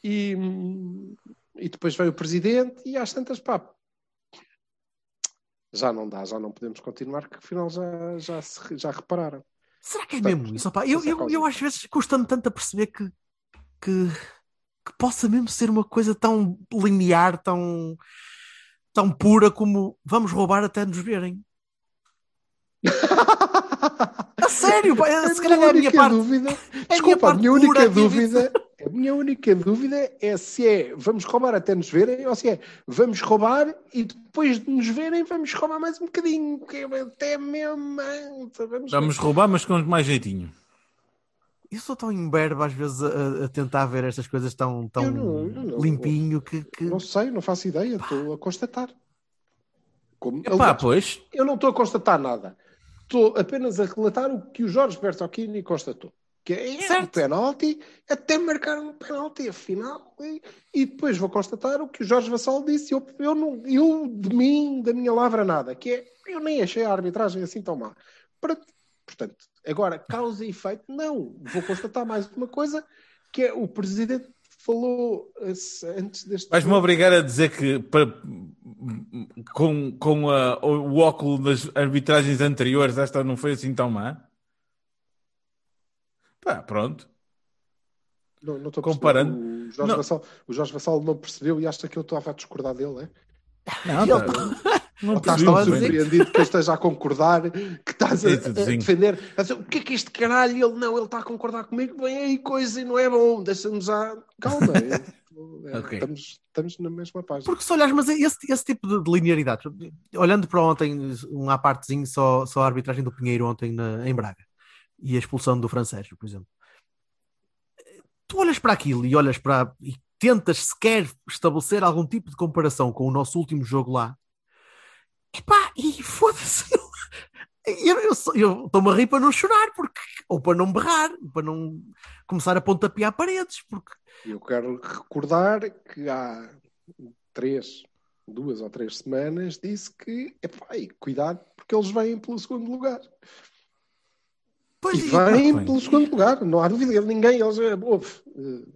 [SPEAKER 4] E, hum, e depois veio o presidente e às tantas, pá, já não dá, já não podemos continuar, que afinal já, já, se re- já repararam.
[SPEAKER 2] Será que é
[SPEAKER 4] Portanto,
[SPEAKER 2] mesmo isso? Opá, eu,
[SPEAKER 4] essa é a
[SPEAKER 2] eu,
[SPEAKER 4] causa.
[SPEAKER 2] eu às vezes custa-me tanto a perceber que, que, que possa mesmo ser uma coisa tão linear, tão, tão pura como vamos roubar até nos verem. A sério, pá, se calhar é a minha
[SPEAKER 4] única
[SPEAKER 2] parte.
[SPEAKER 4] dúvida.
[SPEAKER 2] é a
[SPEAKER 4] Desculpa, Ah, a
[SPEAKER 2] parte
[SPEAKER 4] minha
[SPEAKER 2] pura
[SPEAKER 4] única
[SPEAKER 2] de vida.
[SPEAKER 4] dúvida é A minha única dúvida é se é vamos roubar até nos verem ou se é vamos roubar e depois de nos verem vamos roubar mais um bocadinho, que é até mesmo. ah, Vamos,
[SPEAKER 3] Vamos roubar, mas com mais jeitinho.
[SPEAKER 2] Eu sou tão imberbe às vezes a, a tentar ver estas coisas tão, tão
[SPEAKER 4] Eu não- eu não-
[SPEAKER 2] limpinho que. que-
[SPEAKER 4] Não sei, não faço ideia, estou a constatar. Como,
[SPEAKER 3] Pá,
[SPEAKER 4] aliás,
[SPEAKER 3] pois.
[SPEAKER 4] eu não estou a constatar nada. Estou apenas a relatar o que o Jorge Bertocchini constatou. Que é um penalti, até marcar um penalti, afinal. E, e depois vou constatar o que o Jorge Vassal disse. Eu, eu, não, eu, de mim, da minha lavra, nada. Que é, eu nem achei a arbitragem assim tão má. Pronto. Portanto, agora, causa e efeito, não. Vou constatar mais uma coisa, que é o Presidente falou eh, se- antes deste...
[SPEAKER 3] Vais-me obrigar a dizer que para- com, com a- o óculo das arbitragens anteriores esta não foi assim tão má? Pá, pronto.
[SPEAKER 4] Não, não estou a
[SPEAKER 3] Comparando.
[SPEAKER 4] perceber. O Jorge,
[SPEAKER 3] Não.
[SPEAKER 4] Vassal, o Jorge Vassal não percebeu e acha que eu estava a discordar dele, é?
[SPEAKER 3] Não,
[SPEAKER 2] Ele-
[SPEAKER 3] tá- não
[SPEAKER 4] Ou
[SPEAKER 2] estava
[SPEAKER 3] percebi
[SPEAKER 4] estás tão
[SPEAKER 2] a
[SPEAKER 3] muito bem.
[SPEAKER 2] dizer-
[SPEAKER 4] surpreendido que eu esteja a concordar, que estás a,
[SPEAKER 3] Sim,
[SPEAKER 4] a
[SPEAKER 3] tudozinho.
[SPEAKER 4] defender. A dizer, o que é que este caralho? Ele não, ele está a concordar comigo, vem aí coisa e não é bom, deixa-nos a. Calma, eu- é,
[SPEAKER 3] Ok.
[SPEAKER 4] estamos, estamos na mesma página.
[SPEAKER 2] Porque se olhares, mas esse, esse tipo de, de linearidade, olhando para ontem, um à partezinho, só, só a arbitragem do Pinheiro ontem na- em Braga e a expulsão do francês, por exemplo. Tu olhas para aquilo e olhas para. e tentas sequer estabelecer algum tipo de comparação com o nosso último jogo lá. Epá, e foda-se. não- Eu eu só- eu estou-me a rir para não chorar, porque, ou para não berrar, para não começar a pontapear paredes, porque
[SPEAKER 4] Eu quero recordar que há três, duas ou três semanas disse que, epá, e cuidado, porque eles vêm pelo segundo lugar.
[SPEAKER 2] depois
[SPEAKER 4] E
[SPEAKER 2] digo,
[SPEAKER 4] vêm
[SPEAKER 3] bem.
[SPEAKER 4] pelo segundo lugar, não há dúvida. Ele- Ninguém, eles. eh, Ouve, eh,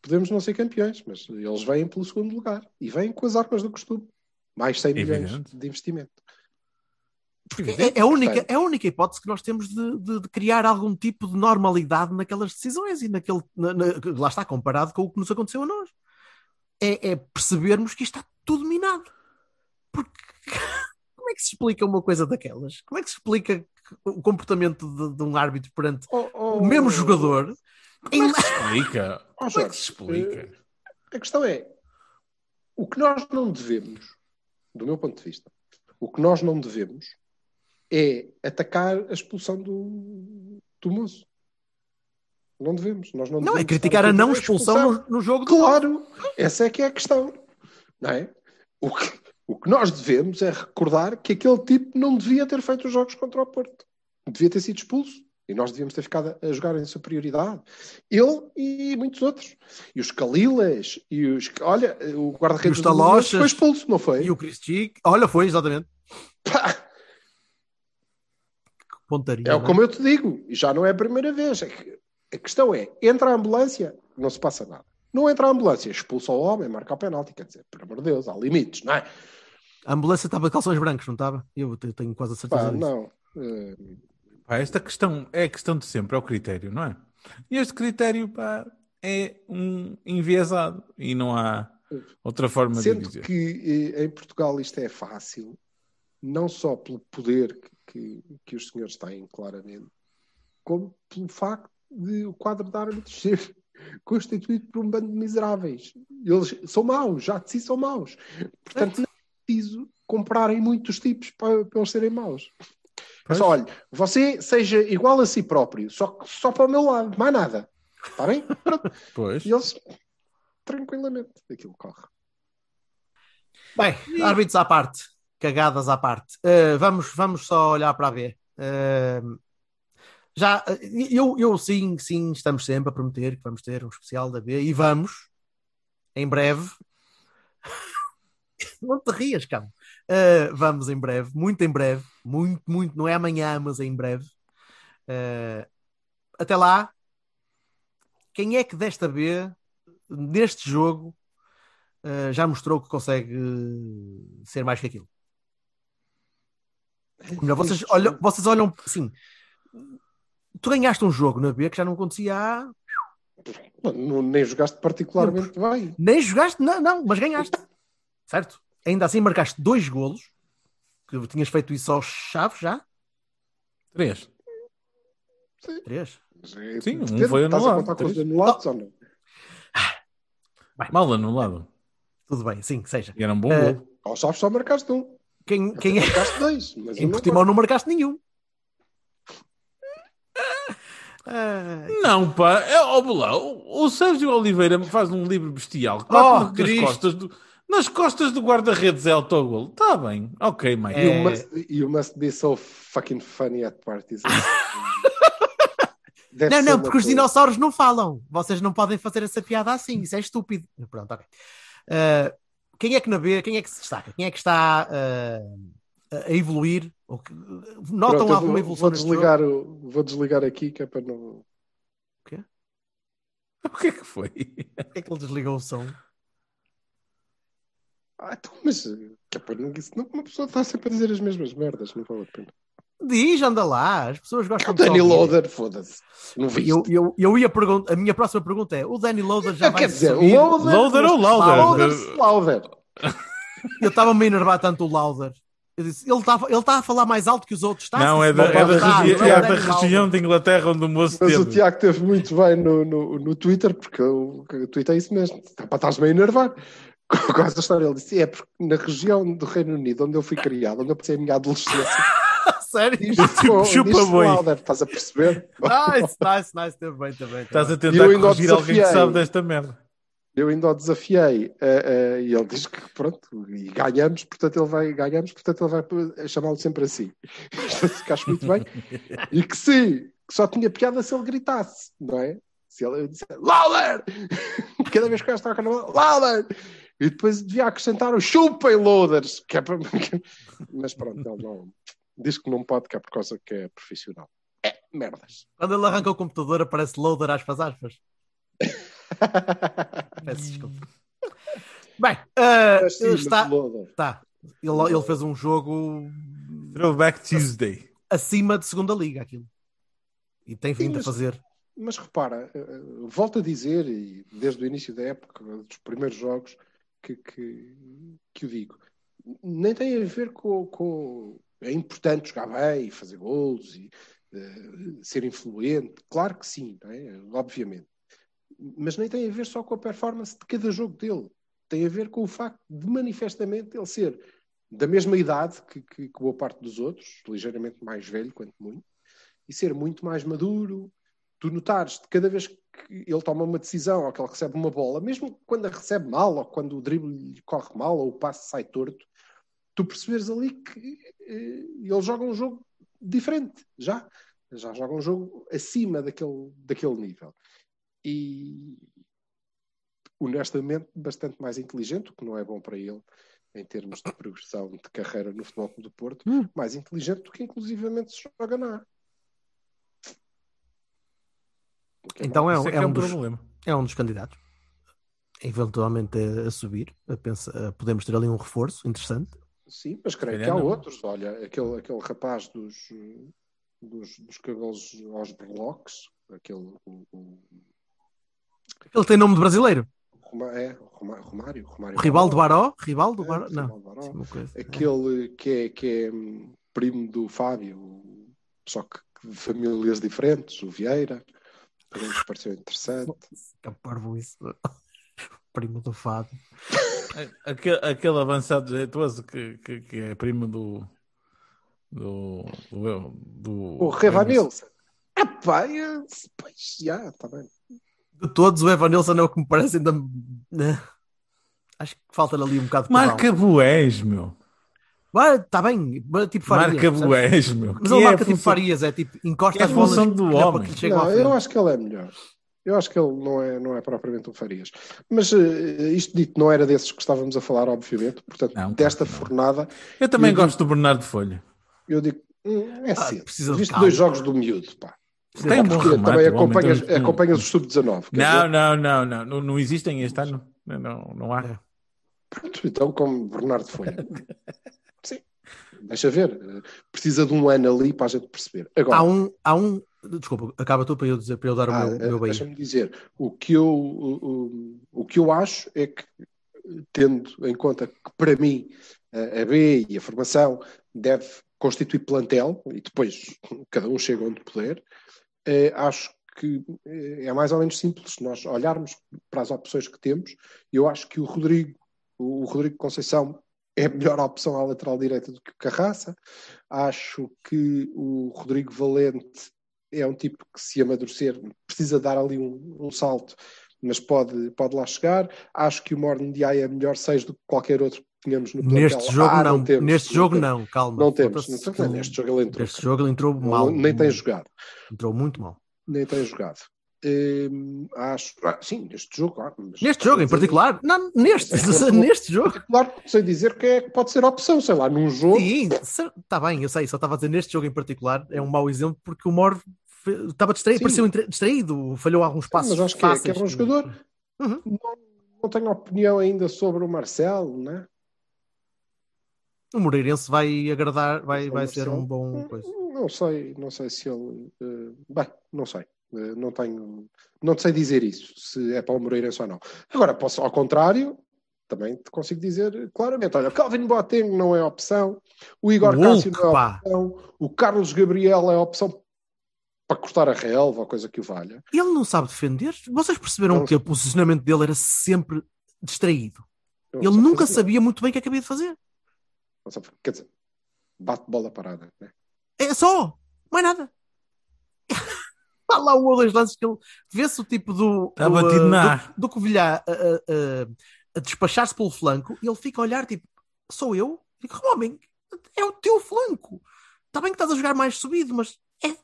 [SPEAKER 4] podemos não ser campeões, mas eles vêm pelo segundo lugar e vêm com as armas do costume. Mais 100 milhões
[SPEAKER 3] Evidente.
[SPEAKER 4] de investimento.
[SPEAKER 2] É, é a única,
[SPEAKER 4] Portanto,
[SPEAKER 2] é a única hipótese que nós temos de, de- de criar algum tipo de normalidade naquelas decisões e naquele. na- na- lá está, comparado com o que nos aconteceu a nós. É, é percebermos que isto está tudo minado. Porque como é que se explica uma coisa daquelas? Como é que se explica o comportamento de, de um árbitro perante
[SPEAKER 4] oh, oh, é
[SPEAKER 2] o mesmo jogador? é em-
[SPEAKER 3] Explica.
[SPEAKER 4] oh,
[SPEAKER 3] Como é que
[SPEAKER 4] Jorge,
[SPEAKER 3] se explica?
[SPEAKER 4] A questão é: o que nós não devemos, do meu ponto de vista, o que nós não devemos é atacar a expulsão do, do moço. Não devemos. Nós não,
[SPEAKER 2] Não,
[SPEAKER 4] devemos
[SPEAKER 2] é
[SPEAKER 4] estar
[SPEAKER 2] criticar a não
[SPEAKER 4] criticar
[SPEAKER 2] expulsão no, no jogo. do-
[SPEAKER 4] Claro, essa é que é a questão, não é? O que, o que nós devemos é recordar que aquele tipo não devia ter feito os jogos contra o Porto. Devia ter sido expulso. E nós devíamos ter ficado a jogar em superioridade. Ele e muitos outros. E os Calilas, e os... Olha, o guarda-redes
[SPEAKER 2] E os
[SPEAKER 4] do
[SPEAKER 2] Talochas.
[SPEAKER 4] Lúcio foi expulso, não foi?
[SPEAKER 2] E o Chris Chick. Olha, foi, exatamente.
[SPEAKER 4] Pá,
[SPEAKER 2] Pontaria.
[SPEAKER 4] é
[SPEAKER 2] não é?
[SPEAKER 4] como eu te digo. e Já não é a primeira vez. É que a questão é, entra a ambulância, não se passa nada. Não entra a ambulância, expulsa o homem, marca o penalti. Quer dizer, pelo amor de Deus, há limites, não é?
[SPEAKER 2] A ambulância estava de calções brancos, não estava? Eu te- tenho quase a certeza
[SPEAKER 4] Pá,
[SPEAKER 2] disso.
[SPEAKER 4] não. Eh,
[SPEAKER 3] Pá, esta questão é a questão de sempre, é o critério, não é? E este critério, pá, é um enviesado e não há outra forma de
[SPEAKER 4] sendo
[SPEAKER 3] dizer.
[SPEAKER 4] que eh, em Portugal isto é fácil, não só pelo poder que, que, que os senhores têm, claramente, como pelo facto de o quadro de árbitros ser constituído por um bando de miseráveis. Eles são maus, já de si são maus. Portanto, não é preciso comprarem muitos tipos para, para eles serem maus. É
[SPEAKER 3] Pois.
[SPEAKER 4] só, olha, você seja igual a si próprio, só, que- só para o meu lado, mais nada. Está bem? Pronto.
[SPEAKER 3] Pois.
[SPEAKER 4] E eles, tranquilamente, aquilo corre.
[SPEAKER 2] Bem, árbitros à parte, cagadas à parte. Uh, vamos, vamos só olhar para a B. Uh, já, uh, eu, eu sim, sim, estamos sempre a prometer que vamos ter um especial da B e vamos, em breve. Não te rias, cão. Uh, vamos em breve, muito em breve, muito, muito, não é amanhã, mas é em breve. Uh, até lá, quem é que desta B, neste jogo, Uh, já mostrou que consegue uh, ser mais que aquilo. Ou melhor, vocês olham, vocês olham, sim. Tu ganhaste um jogo na B que já não acontecia há.
[SPEAKER 4] Não, não- nem jogaste particularmente bem.
[SPEAKER 2] Nem jogaste, não, não, mas ganhaste. Certo? Ainda assim marcaste dois golos, que tinhas feito isso aos chaves já?
[SPEAKER 3] Três.
[SPEAKER 2] Três.
[SPEAKER 4] Mas é-
[SPEAKER 3] Sim, um
[SPEAKER 4] depende,
[SPEAKER 3] foi
[SPEAKER 4] Estás
[SPEAKER 3] anulado,
[SPEAKER 4] a
[SPEAKER 2] um
[SPEAKER 4] É contar com os
[SPEAKER 3] três.
[SPEAKER 4] anulados ou não?
[SPEAKER 3] Mal anulado.
[SPEAKER 2] Tudo bem, sim, que seja.
[SPEAKER 3] E era um bom
[SPEAKER 2] Eh,
[SPEAKER 3] gol.
[SPEAKER 4] Ao Chaves só marcaste um.
[SPEAKER 2] Quem, quem é?
[SPEAKER 4] Marcaste dois. Mas
[SPEAKER 2] Em
[SPEAKER 4] um não
[SPEAKER 2] Portimão é. não marcaste nenhum. Ah,
[SPEAKER 3] Não, pá, é ó, Bolá, o, o Sérgio Oliveira faz um livro bestial. Claro, nas
[SPEAKER 2] triste.
[SPEAKER 3] costas do nas costas do guarda-redes é autogol. Está bem. Ok, Mike.
[SPEAKER 2] É.
[SPEAKER 4] You must, you must be so fucking funny at parties. Deve
[SPEAKER 2] Não,
[SPEAKER 4] ser
[SPEAKER 2] não,
[SPEAKER 4] uma
[SPEAKER 2] porque os
[SPEAKER 4] coisa.
[SPEAKER 2] dinossauros não falam. Vocês não podem fazer essa piada assim, isso é estúpido. Pronto, ok. Ah, quem é que na B, quem é que se destaca? Quem é que está ah, a evoluir? Ou que-
[SPEAKER 4] Pronto,
[SPEAKER 2] notam
[SPEAKER 4] eu
[SPEAKER 2] alguma
[SPEAKER 4] vou,
[SPEAKER 2] evolução
[SPEAKER 4] vou
[SPEAKER 2] neste
[SPEAKER 4] desligar, o- vou desligar aqui que é para não.
[SPEAKER 3] O que é que foi?
[SPEAKER 2] jogo? Porquê é que ele desligou o som?
[SPEAKER 4] Ah, então, mas que é para não, senão uma pessoa está sempre a dizer as mesmas merdas, não vale a pena.
[SPEAKER 2] Diz, anda lá, as pessoas gostam de
[SPEAKER 4] Danny
[SPEAKER 2] ouvir.
[SPEAKER 4] Loader, foda-se. Não vi.
[SPEAKER 2] Eu, eu, eu ia perguntar, a minha próxima pergunta é: o Danny Loader já
[SPEAKER 4] Ah,
[SPEAKER 2] vai
[SPEAKER 4] quer dizer,
[SPEAKER 2] subir?
[SPEAKER 4] Loader,
[SPEAKER 3] Loader ou Lauder?
[SPEAKER 4] Loader, Loader.
[SPEAKER 2] Eu estava a me enervar tanto o Lauder. Eu disse, ele está ele tá a falar mais alto que os outros. Tá?
[SPEAKER 3] Não, é da,
[SPEAKER 2] Sim,
[SPEAKER 3] é
[SPEAKER 2] senhor.
[SPEAKER 3] da regi-
[SPEAKER 2] Tá, não
[SPEAKER 3] é
[SPEAKER 2] o
[SPEAKER 3] da
[SPEAKER 2] Danny Lauder.
[SPEAKER 3] região de Inglaterra onde o moço
[SPEAKER 4] Mas o
[SPEAKER 3] teve.
[SPEAKER 4] Tiago esteve muito bem no, no, no Twitter, porque eu, eu tuitei isso mesmo. Tá, pá, Estás-me a enervar com com essa história. Ele disse: é porque na região do Reino Unido, onde eu fui criado, onde eu passei a minha adolescência,
[SPEAKER 2] Sério?
[SPEAKER 4] isto
[SPEAKER 3] Tipo, chupa boi.
[SPEAKER 4] Lauder, estás a perceber?
[SPEAKER 2] Nice, nice, nice, também, também.
[SPEAKER 3] Estás a tentar
[SPEAKER 4] Eu ainda o
[SPEAKER 3] corrigir alguém que
[SPEAKER 4] desafiei.
[SPEAKER 3] sabe desta merda.
[SPEAKER 4] Eu ainda o desafiei eh, eh, e ele diz que pronto, e ganhamos, portanto ele vai, ganhamos, portanto ele vai eh, chamá-lo sempre assim. Portanto, que acho muito bem. E que sim, que só tinha piada se ele gritasse, não é? Se ele eu disse Lawler! Cada vez que eu estava a carnaval, Lawler! E depois devia acrescentar o chupem loaders, que é para... Mas pronto, ele não. Diz que não pode, que é por causa que é profissional. É, merdas.
[SPEAKER 2] Quando ele arranca o computador, aparece loader aspas aspas. Peço desculpa. Bem, ah,
[SPEAKER 4] Mas sim,
[SPEAKER 2] ele
[SPEAKER 4] mas
[SPEAKER 2] está.
[SPEAKER 4] loader.
[SPEAKER 2] está. Ele, ele fez um jogo
[SPEAKER 3] Throwback Tuesday.
[SPEAKER 2] acima de segunda liga, aquilo. E tem
[SPEAKER 4] Sim,
[SPEAKER 2] vindo a
[SPEAKER 4] mas-
[SPEAKER 2] fazer.
[SPEAKER 4] Mas repara, eh, eh, volto a dizer, e desde o início da época, dos primeiros jogos que, que, que o digo, nem tem a ver com, com- É importante jogar bem, fazer gols e eh, ser influente. Claro que sim, não é? obviamente. Mas nem tem a ver só com a performance de cada jogo dele. Tem a ver com o facto de, manifestamente, ele ser da mesma idade que, que, que boa parte dos outros, ligeiramente mais velho, quanto muito, e ser muito mais maduro, tu notares de cada vez que ele toma uma decisão ou que ele recebe uma bola, mesmo quando a recebe mal ou quando o drible lhe corre mal ou o passe sai torto, tu percebes ali que eh, ele joga um jogo diferente, já. Já joga um jogo acima daquele, daquele nível. E honestamente bastante mais inteligente, o que não é bom para ele em termos de progressão de carreira no futebol Clube do Porto,
[SPEAKER 2] Hum.
[SPEAKER 4] mais inteligente do que inclusivamente se joga na A. O que mau.
[SPEAKER 2] Então é, um-
[SPEAKER 3] Isso é que
[SPEAKER 2] é
[SPEAKER 3] é
[SPEAKER 2] um
[SPEAKER 3] um
[SPEAKER 2] dos,
[SPEAKER 3] problema.
[SPEAKER 2] é um dos candidatos. Eventualmente a, a subir. a pensa- a- podemos ter ali um reforço interessante.
[SPEAKER 4] Sim, mas creio
[SPEAKER 3] calhar
[SPEAKER 4] que há
[SPEAKER 3] não.
[SPEAKER 4] outros. Olha, aquele, aquele rapaz dos, dos, dos cabelos aos berloques, aquele o, o,
[SPEAKER 2] Ele tem nome de brasileiro.
[SPEAKER 4] Roma- é, Roma- Romário, Romário.
[SPEAKER 2] Rivaldo Baró? Rivaldo
[SPEAKER 4] É,
[SPEAKER 2] Baró? Não.
[SPEAKER 4] Rivaldo Baró.
[SPEAKER 2] Sim, uma coisa. né?
[SPEAKER 4] Aquele que é, que é hum, primo do Fábio, só que de famílias diferentes, o Vieira. Também nos pareceu interessante.
[SPEAKER 2] Que parvo isso. Primo do Fado.
[SPEAKER 3] A- Aquele, aquele avançado jeitoso que, que, que é primo do. do. do. do
[SPEAKER 4] O Revanilson. Epá, é, pois, já, está bem.
[SPEAKER 2] De todos, o Evanilson é o que me parece ainda. né? Acho que falta ali um bocado de
[SPEAKER 3] Marca Boés, meu.
[SPEAKER 2] Está bem, mas tipo Farias.
[SPEAKER 3] marca
[SPEAKER 2] percebes?
[SPEAKER 3] Boés, meu.
[SPEAKER 2] Mas
[SPEAKER 3] Que
[SPEAKER 2] ele
[SPEAKER 3] é a
[SPEAKER 2] marca tipo
[SPEAKER 3] função-
[SPEAKER 2] Farias, é tipo encosta
[SPEAKER 3] que é a
[SPEAKER 2] as bolas
[SPEAKER 3] função do
[SPEAKER 2] dá para
[SPEAKER 3] homem.
[SPEAKER 2] que lhe chegue
[SPEAKER 4] Não,
[SPEAKER 2] ao
[SPEAKER 4] eu
[SPEAKER 2] fim.
[SPEAKER 4] acho que ele é melhor. Eu acho que ele não é, não é propriamente um Farias. Mas eh, isto dito, não era desses que estávamos a falar, obviamente. Portanto,
[SPEAKER 3] Não, claro
[SPEAKER 4] desta
[SPEAKER 3] que não.
[SPEAKER 4] fornada,
[SPEAKER 3] Eu também
[SPEAKER 4] Eu digo-
[SPEAKER 3] gosto do Bernardo Folha.
[SPEAKER 4] eu digo, hum,
[SPEAKER 3] Ah,
[SPEAKER 4] é cedo.
[SPEAKER 2] precisa de
[SPEAKER 4] Viste
[SPEAKER 2] calma.
[SPEAKER 4] dois jogos do miúdo, pá.
[SPEAKER 3] Tem um bom
[SPEAKER 4] Porque
[SPEAKER 3] remate.
[SPEAKER 4] também
[SPEAKER 3] o homem
[SPEAKER 4] acompanhas,
[SPEAKER 3] tem um-
[SPEAKER 4] acompanhas os sub-19. quer
[SPEAKER 3] Não,
[SPEAKER 4] dizer,
[SPEAKER 3] não, não, não, não. Não existem este ano. Não, não, não há.
[SPEAKER 2] É.
[SPEAKER 4] pronto, então, como Bernardo foi. Sim. Deixa ver. Eh, Precisa de um ano ali para a gente perceber. Agora,
[SPEAKER 2] Há um, há um. Desculpa, acaba tu para eu dizer para eu dar o
[SPEAKER 4] Ah,
[SPEAKER 2] meu, meu bem.
[SPEAKER 4] Deixa-me dizer, o que, eu, o, o- o que eu acho é que, tendo em conta que para mim a, a B e a formação deve constituir plantel e depois cada um chega onde puder, eh, acho que eh, é mais ou menos simples. Se nós olharmos para as opções que temos, eu acho que o Rodrigo, o o Rodrigo Conceição é a melhor opção à lateral direita do que o Carraça. Acho que o Rodrigo Valente é um tipo que, se amadurecer, precisa dar ali um, um salto, mas pode, pode lá chegar. Acho que o Morning Diay é melhor 6 do que qualquer outro que tínhamos no plantel.
[SPEAKER 2] Neste jogo
[SPEAKER 4] Ah,
[SPEAKER 2] não,
[SPEAKER 4] temos,
[SPEAKER 2] neste jogo
[SPEAKER 4] temos.
[SPEAKER 2] não, calma.
[SPEAKER 4] Não temos, não
[SPEAKER 2] Nota-se
[SPEAKER 4] temos. é,
[SPEAKER 2] que
[SPEAKER 4] Neste jogo ele entrou.
[SPEAKER 2] Este jogo ele entrou
[SPEAKER 4] Não-
[SPEAKER 2] mal.
[SPEAKER 4] nem tem jogado.
[SPEAKER 2] Entrou muito mal.
[SPEAKER 4] Nem tem jogado. Hum, acho, ah, sim, neste jogo. ah, mas-
[SPEAKER 2] Neste jogo em particular? Não, neste, neste jogo.
[SPEAKER 4] Claro, sei dizer que é que pode ser opção, sei lá, num jogo.
[SPEAKER 2] Sim, está bem, eu sei, só estava a dizer neste jogo em particular é um mau exemplo porque o Mor fe- estava distraído,
[SPEAKER 4] Sim.
[SPEAKER 2] pareceu entre- distraído, falhou alguns passos
[SPEAKER 4] mas acho que é-
[SPEAKER 2] fáceis.
[SPEAKER 4] que é bom jogador.
[SPEAKER 2] Uhum.
[SPEAKER 4] Não, não tenho opinião ainda sobre o Marcelo, né?
[SPEAKER 2] O Moreirense vai agradar, vai, vai ser um bom coisa.
[SPEAKER 4] Não sei, não sei se ele. eh, bem, não sei. Eh, não tenho. Não sei dizer isso, se é para o Moreirense ou não. Agora, posso, ao contrário, também te consigo dizer claramente: olha, Calvin Boateng não é opção, o Igor Cássio
[SPEAKER 2] Hulk,
[SPEAKER 4] não é
[SPEAKER 2] pá.
[SPEAKER 4] opção, o Carlos Gabriel é opção para cortar a relva ou coisa que o valha.
[SPEAKER 2] Ele não sabe defender. Vocês perceberam
[SPEAKER 4] Não
[SPEAKER 2] que o posicionamento dele era sempre distraído.
[SPEAKER 4] Eu não
[SPEAKER 2] Ele
[SPEAKER 4] sei assim,
[SPEAKER 2] nunca
[SPEAKER 4] fazer.
[SPEAKER 2] sabia muito bem o que acabia de fazer.
[SPEAKER 4] Não sei- Quer dizer, bate bola parada, né?
[SPEAKER 2] É só, mais nada. Há lá um ou dois lances que ele vê-se o tipo do
[SPEAKER 3] Tá
[SPEAKER 2] do,
[SPEAKER 3] batido
[SPEAKER 2] ah,
[SPEAKER 3] na
[SPEAKER 2] do, do Covilhá a, a- a- a despachar-se pelo flanco e ele fica a olhar tipo, sou eu? Fico, "Oh, homem, é o teu flanco. Está bem que estás a jogar mais subido, mas é...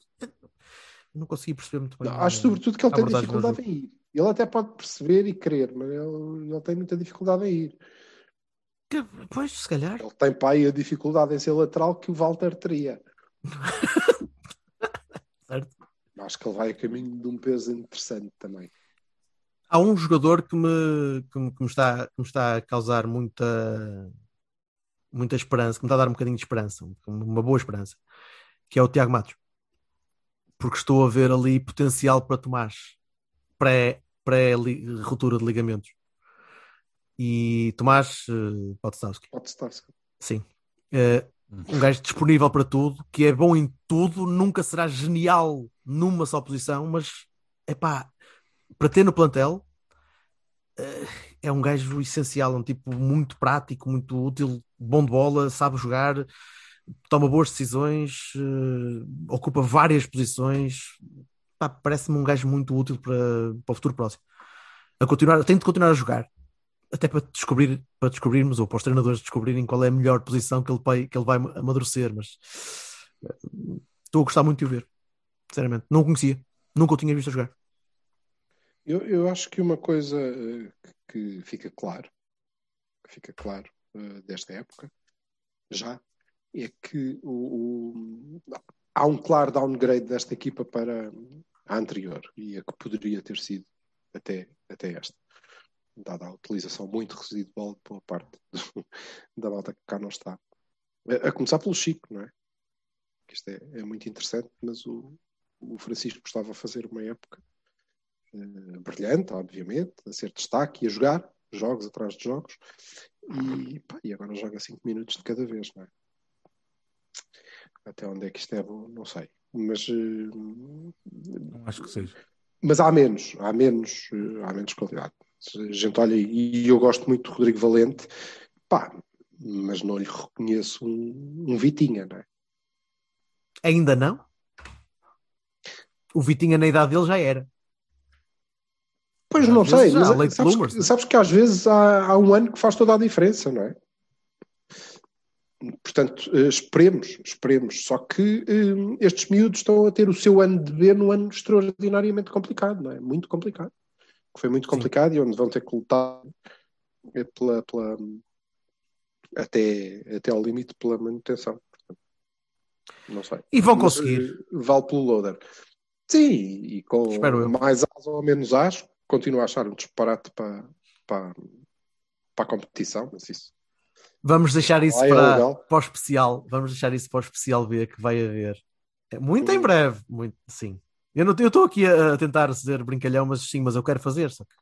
[SPEAKER 2] não consegui perceber muito bem.
[SPEAKER 4] Acho sobretudo que ele
[SPEAKER 2] a
[SPEAKER 4] tem
[SPEAKER 2] abordagem
[SPEAKER 4] dificuldade em ir. Ele até pode perceber e querer, mas ele, ele tem muita dificuldade em ir.
[SPEAKER 2] Que- Pois, se calhar.
[SPEAKER 4] Ele tem para aí a dificuldade em ser lateral que o Walter teria.
[SPEAKER 2] Certo.
[SPEAKER 4] Acho que ele vai a caminho de um peso interessante também.
[SPEAKER 2] Há um jogador que me, que me, que me está, que me está a causar muita, muita esperança, que me está a dar um bocadinho de esperança, uma boa esperança, que é o Tiago Matos. Porque estou a ver ali potencial para Tomás, pré- pré-ruptura de ligamentos. E Tomás eh, Podstawski,
[SPEAKER 4] Pode estar.
[SPEAKER 2] sim. Eh, um gajo disponível para tudo, que é bom em tudo, nunca será genial numa só posição, mas é pá, para ter no plantel eh, é um gajo essencial, é um tipo muito prático, muito útil, bom de bola, sabe jogar, toma boas decisões, eh, ocupa várias posições. Pá, parece-me um gajo muito útil para, para o futuro próximo. A continuar, tem de continuar a jogar, até para descobrir, para descobrirmos, ou para os treinadores descobrirem qual é a melhor posição que ele vai, que ele vai amadurecer, mas eh, estou a gostar muito de o ver, sinceramente. Não o conhecia, nunca o tinha visto a jogar.
[SPEAKER 4] Eu, eu acho que uma coisa eh, que, que fica claro, que fica claro eh, desta época, já, é que o- o- há um claro downgrade desta equipa para a anterior e a que poderia ter sido até, até esta, dada a utilização muito residual de boa parte do- da malta que cá não está. A, a começar pelo Chico, não é? Que Isto é, é muito interessante, mas o, o Francisco estava a fazer uma época eh, brilhante, obviamente, a ser destaque e a jogar jogos atrás de jogos. E, pá, e agora joga 5 minutos de cada vez, não é? Até onde é que isto é bom, não sei. Mas, eh,
[SPEAKER 3] Não acho que seja.
[SPEAKER 4] mas há menos, há menos, eh, há menos qualidade. Se A gente olha e eu gosto muito do Rodrigo Valente, pá, mas não lhe reconheço um, um Vitinha, não é?
[SPEAKER 2] Ainda não? O Vitinha na idade dele já era.
[SPEAKER 4] Pois
[SPEAKER 2] Às
[SPEAKER 4] não
[SPEAKER 2] vezes
[SPEAKER 4] sei,
[SPEAKER 2] já,
[SPEAKER 4] mas é-
[SPEAKER 2] late
[SPEAKER 4] sabes,
[SPEAKER 2] bloomers,
[SPEAKER 4] que,
[SPEAKER 2] né?
[SPEAKER 4] sabes que às vezes há, há um ano que faz toda a diferença, não é? Portanto, eh, esperemos, esperemos. Só que eh, estes miúdos estão a ter o seu ano de B num ano extraordinariamente complicado, não é? Muito complicado. Que foi muito complicado e onde vão ter que lutar eh, pela, pela- até, até ao limite pela manutenção. Portanto, não sei.
[SPEAKER 2] E vão
[SPEAKER 4] Mas,
[SPEAKER 2] conseguir.
[SPEAKER 4] eh, Vale pelo loader. Sim, e com
[SPEAKER 2] Espero eu.
[SPEAKER 4] mais as ou menos as, continuo a achar um disparate para, para, para a competição, mas isso.
[SPEAKER 2] Vamos deixar isso
[SPEAKER 4] Ah, é
[SPEAKER 2] para,
[SPEAKER 4] legal.
[SPEAKER 2] para o especial. Vamos deixar isso para o especial B que vai haver. É Muito em
[SPEAKER 4] Hum.
[SPEAKER 2] breve. Muito, sim. Eu não- eu estou aqui a, a tentar ser brincalhão, mas sim, mas eu quero fazer. Só que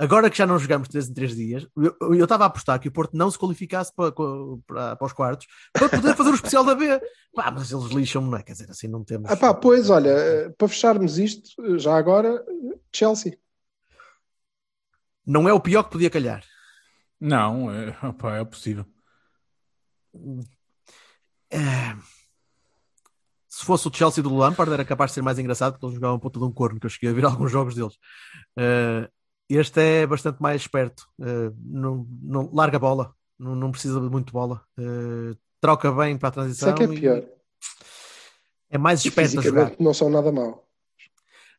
[SPEAKER 2] Agora que já não jogamos 3 em 3 dias, eu- eu eu estava a apostar que o Porto não se qualificasse para, para, para os quartos para poder fazer o especial da B. Pá, mas eles lixam-me, não é? Quer dizer, assim não temos.
[SPEAKER 4] Ah, pá, pois, olha, eh, para fecharmos isto, eh, já agora, eh, Chelsea.
[SPEAKER 2] Não é o pior que podia calhar.
[SPEAKER 3] Não, é, opá, é possível.
[SPEAKER 2] Eh, Se fosse o Chelsea do Lampard, era capaz de ser mais engraçado, porque eles jogavam a ponta de um corno, que eu cheguei a ver alguns jogos deles. Eh, este é bastante mais esperto. Eh, não, não- larga a bola, não, não precisa de muito bola. Eh, troca bem para a
[SPEAKER 4] Isso
[SPEAKER 2] transição.
[SPEAKER 4] é que é
[SPEAKER 2] e
[SPEAKER 4] pior.
[SPEAKER 2] é mais
[SPEAKER 4] E
[SPEAKER 2] esperto a jogar.
[SPEAKER 4] fisicamente não são nada mal.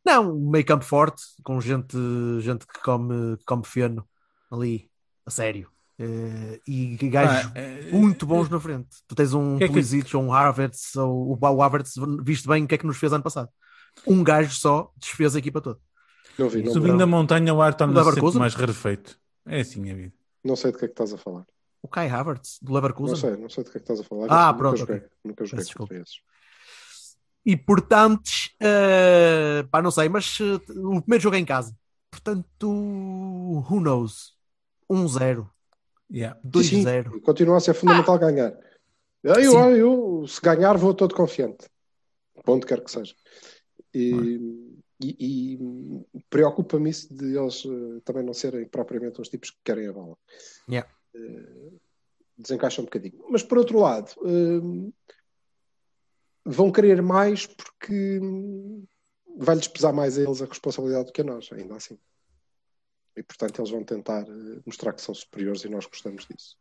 [SPEAKER 2] Não, um meio campo forte, com gente, gente que come, que come feno ali, a sério. Eh, e gajos
[SPEAKER 3] Ah, é-
[SPEAKER 2] muito bons na frente. Tu tens um
[SPEAKER 3] Que é que-
[SPEAKER 2] Pulisic ou um Havertz ou o Ba- o Havertz, viste bem o que é que nos fez ano passado. Um gajo só desfez a equipa toda.
[SPEAKER 4] Não vi, não,
[SPEAKER 3] Subindo a montanha, o ar
[SPEAKER 2] O
[SPEAKER 3] torna-se sempre
[SPEAKER 2] Leverkusen?
[SPEAKER 3] mais rarefeito. É assim a vida.
[SPEAKER 4] não sei do que é que estás a falar.
[SPEAKER 2] O Kai Havertz, do
[SPEAKER 4] Não
[SPEAKER 2] Leverkusen.
[SPEAKER 4] sei, não sei do que é que estás a falar.
[SPEAKER 2] Ah,
[SPEAKER 4] Nunca
[SPEAKER 2] pronto,
[SPEAKER 4] joguei-
[SPEAKER 2] ok.
[SPEAKER 4] Nunca joguei
[SPEAKER 2] Peço
[SPEAKER 4] contra esses.
[SPEAKER 2] E portanto, eh, pá, não sei, mas eh, o primeiro jogo é em casa. Portanto, who knows? 1-0,
[SPEAKER 3] Yeah.
[SPEAKER 2] 2-0.
[SPEAKER 4] Sim, Continua a ser fundamental ganhar. Eu,
[SPEAKER 2] Sim.
[SPEAKER 4] eu, eu, se ganhar, vou todo confiante. Ponto, quer que seja. E, e- e preocupa-me isso de eles eh, também não serem propriamente os tipos que querem a bola.
[SPEAKER 2] Yeah.
[SPEAKER 4] Eh, Desencaixa um bocadinho. Mas, por outro lado, eh, vão querer mais porque hum, vai-lhes pesar mais a eles a responsabilidade do que a nós, ainda assim. E, portanto, eles vão tentar eh, mostrar que são superiores e nós gostamos disso.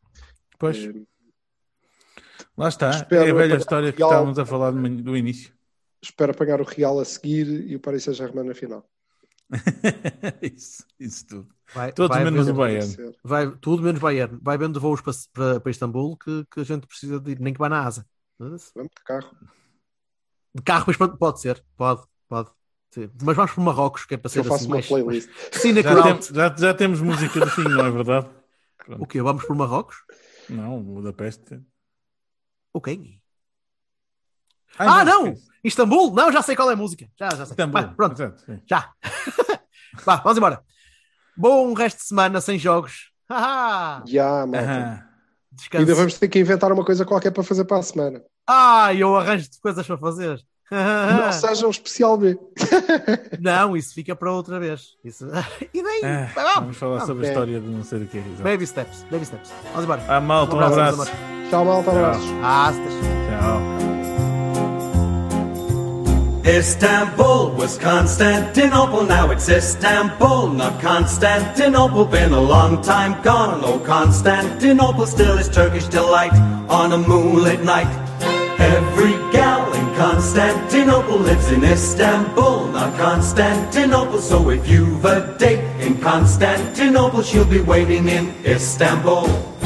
[SPEAKER 3] Pois,
[SPEAKER 4] Eh,
[SPEAKER 3] lá está.
[SPEAKER 4] espero
[SPEAKER 3] é a velha
[SPEAKER 4] apanhar
[SPEAKER 3] história que
[SPEAKER 4] Real.
[SPEAKER 3] estávamos a falar do man- do início.
[SPEAKER 4] espero apanhar o Real a seguir e o Paris Saint-Germain na final.
[SPEAKER 3] isso, isso tudo.
[SPEAKER 2] Vai-
[SPEAKER 3] Todos
[SPEAKER 2] vai
[SPEAKER 3] menos
[SPEAKER 2] haver-
[SPEAKER 3] o Bayern.
[SPEAKER 4] Ser.
[SPEAKER 2] Vai, tudo menos Bayern. Vai vendo voos para, para, para Istambul que, que a gente precisa de ir, nem que vá na asa. De
[SPEAKER 4] Vamos de carro.
[SPEAKER 2] carro, mas pode, pode ser, pode, pode. Sim. Mas vamos para Marrocos, que é para
[SPEAKER 4] Que eu
[SPEAKER 2] ser
[SPEAKER 4] faço
[SPEAKER 2] assim
[SPEAKER 4] uma
[SPEAKER 2] mais.
[SPEAKER 4] playlist.
[SPEAKER 2] Cine
[SPEAKER 3] Já,
[SPEAKER 2] crowd.
[SPEAKER 3] tem- já- já temos música do fim, não é verdade?
[SPEAKER 2] O quê? Vamos para Marrocos?
[SPEAKER 3] Não, Budapeste.
[SPEAKER 2] O quem? Ah, não!
[SPEAKER 3] esquece.
[SPEAKER 2] Istambul? Não, já sei qual é a música. Já, já sei.
[SPEAKER 3] Istambul.
[SPEAKER 2] Vai, pronto,
[SPEAKER 3] Exato, sim.
[SPEAKER 2] já. Vá, vamos embora. Bom resto de semana sem jogos. Haha,
[SPEAKER 4] Já, malta.
[SPEAKER 3] Aham.
[SPEAKER 4] Ainda
[SPEAKER 2] Descanso.
[SPEAKER 4] vamos ter que inventar uma coisa qualquer para fazer para a semana.
[SPEAKER 2] Ah, eu arranjo de coisas para fazer.
[SPEAKER 4] Não seja um especial B.
[SPEAKER 2] Não, isso fica para outra vez. Isso... E daí?
[SPEAKER 3] Ah,
[SPEAKER 2] Vai, vamos.
[SPEAKER 3] vamos falar sobre a
[SPEAKER 4] ok.
[SPEAKER 3] história de não sei o que é.
[SPEAKER 2] Baby steps, baby steps. Vamos embora. Ah,
[SPEAKER 3] Ah, malta, um abraço.
[SPEAKER 4] Tchau, malta. Um Abraços.
[SPEAKER 2] Astas.
[SPEAKER 3] Tchau.
[SPEAKER 5] Istanbul was Constantinople, now it's Istanbul, not Constantinople. Been a long time gone, oh Constantinople still is Turkish delight on a moonlit night. Every gal in Constantinople lives in Istanbul, not Constantinople. So if you've a date in Constantinople, she'll be waiting in Istanbul.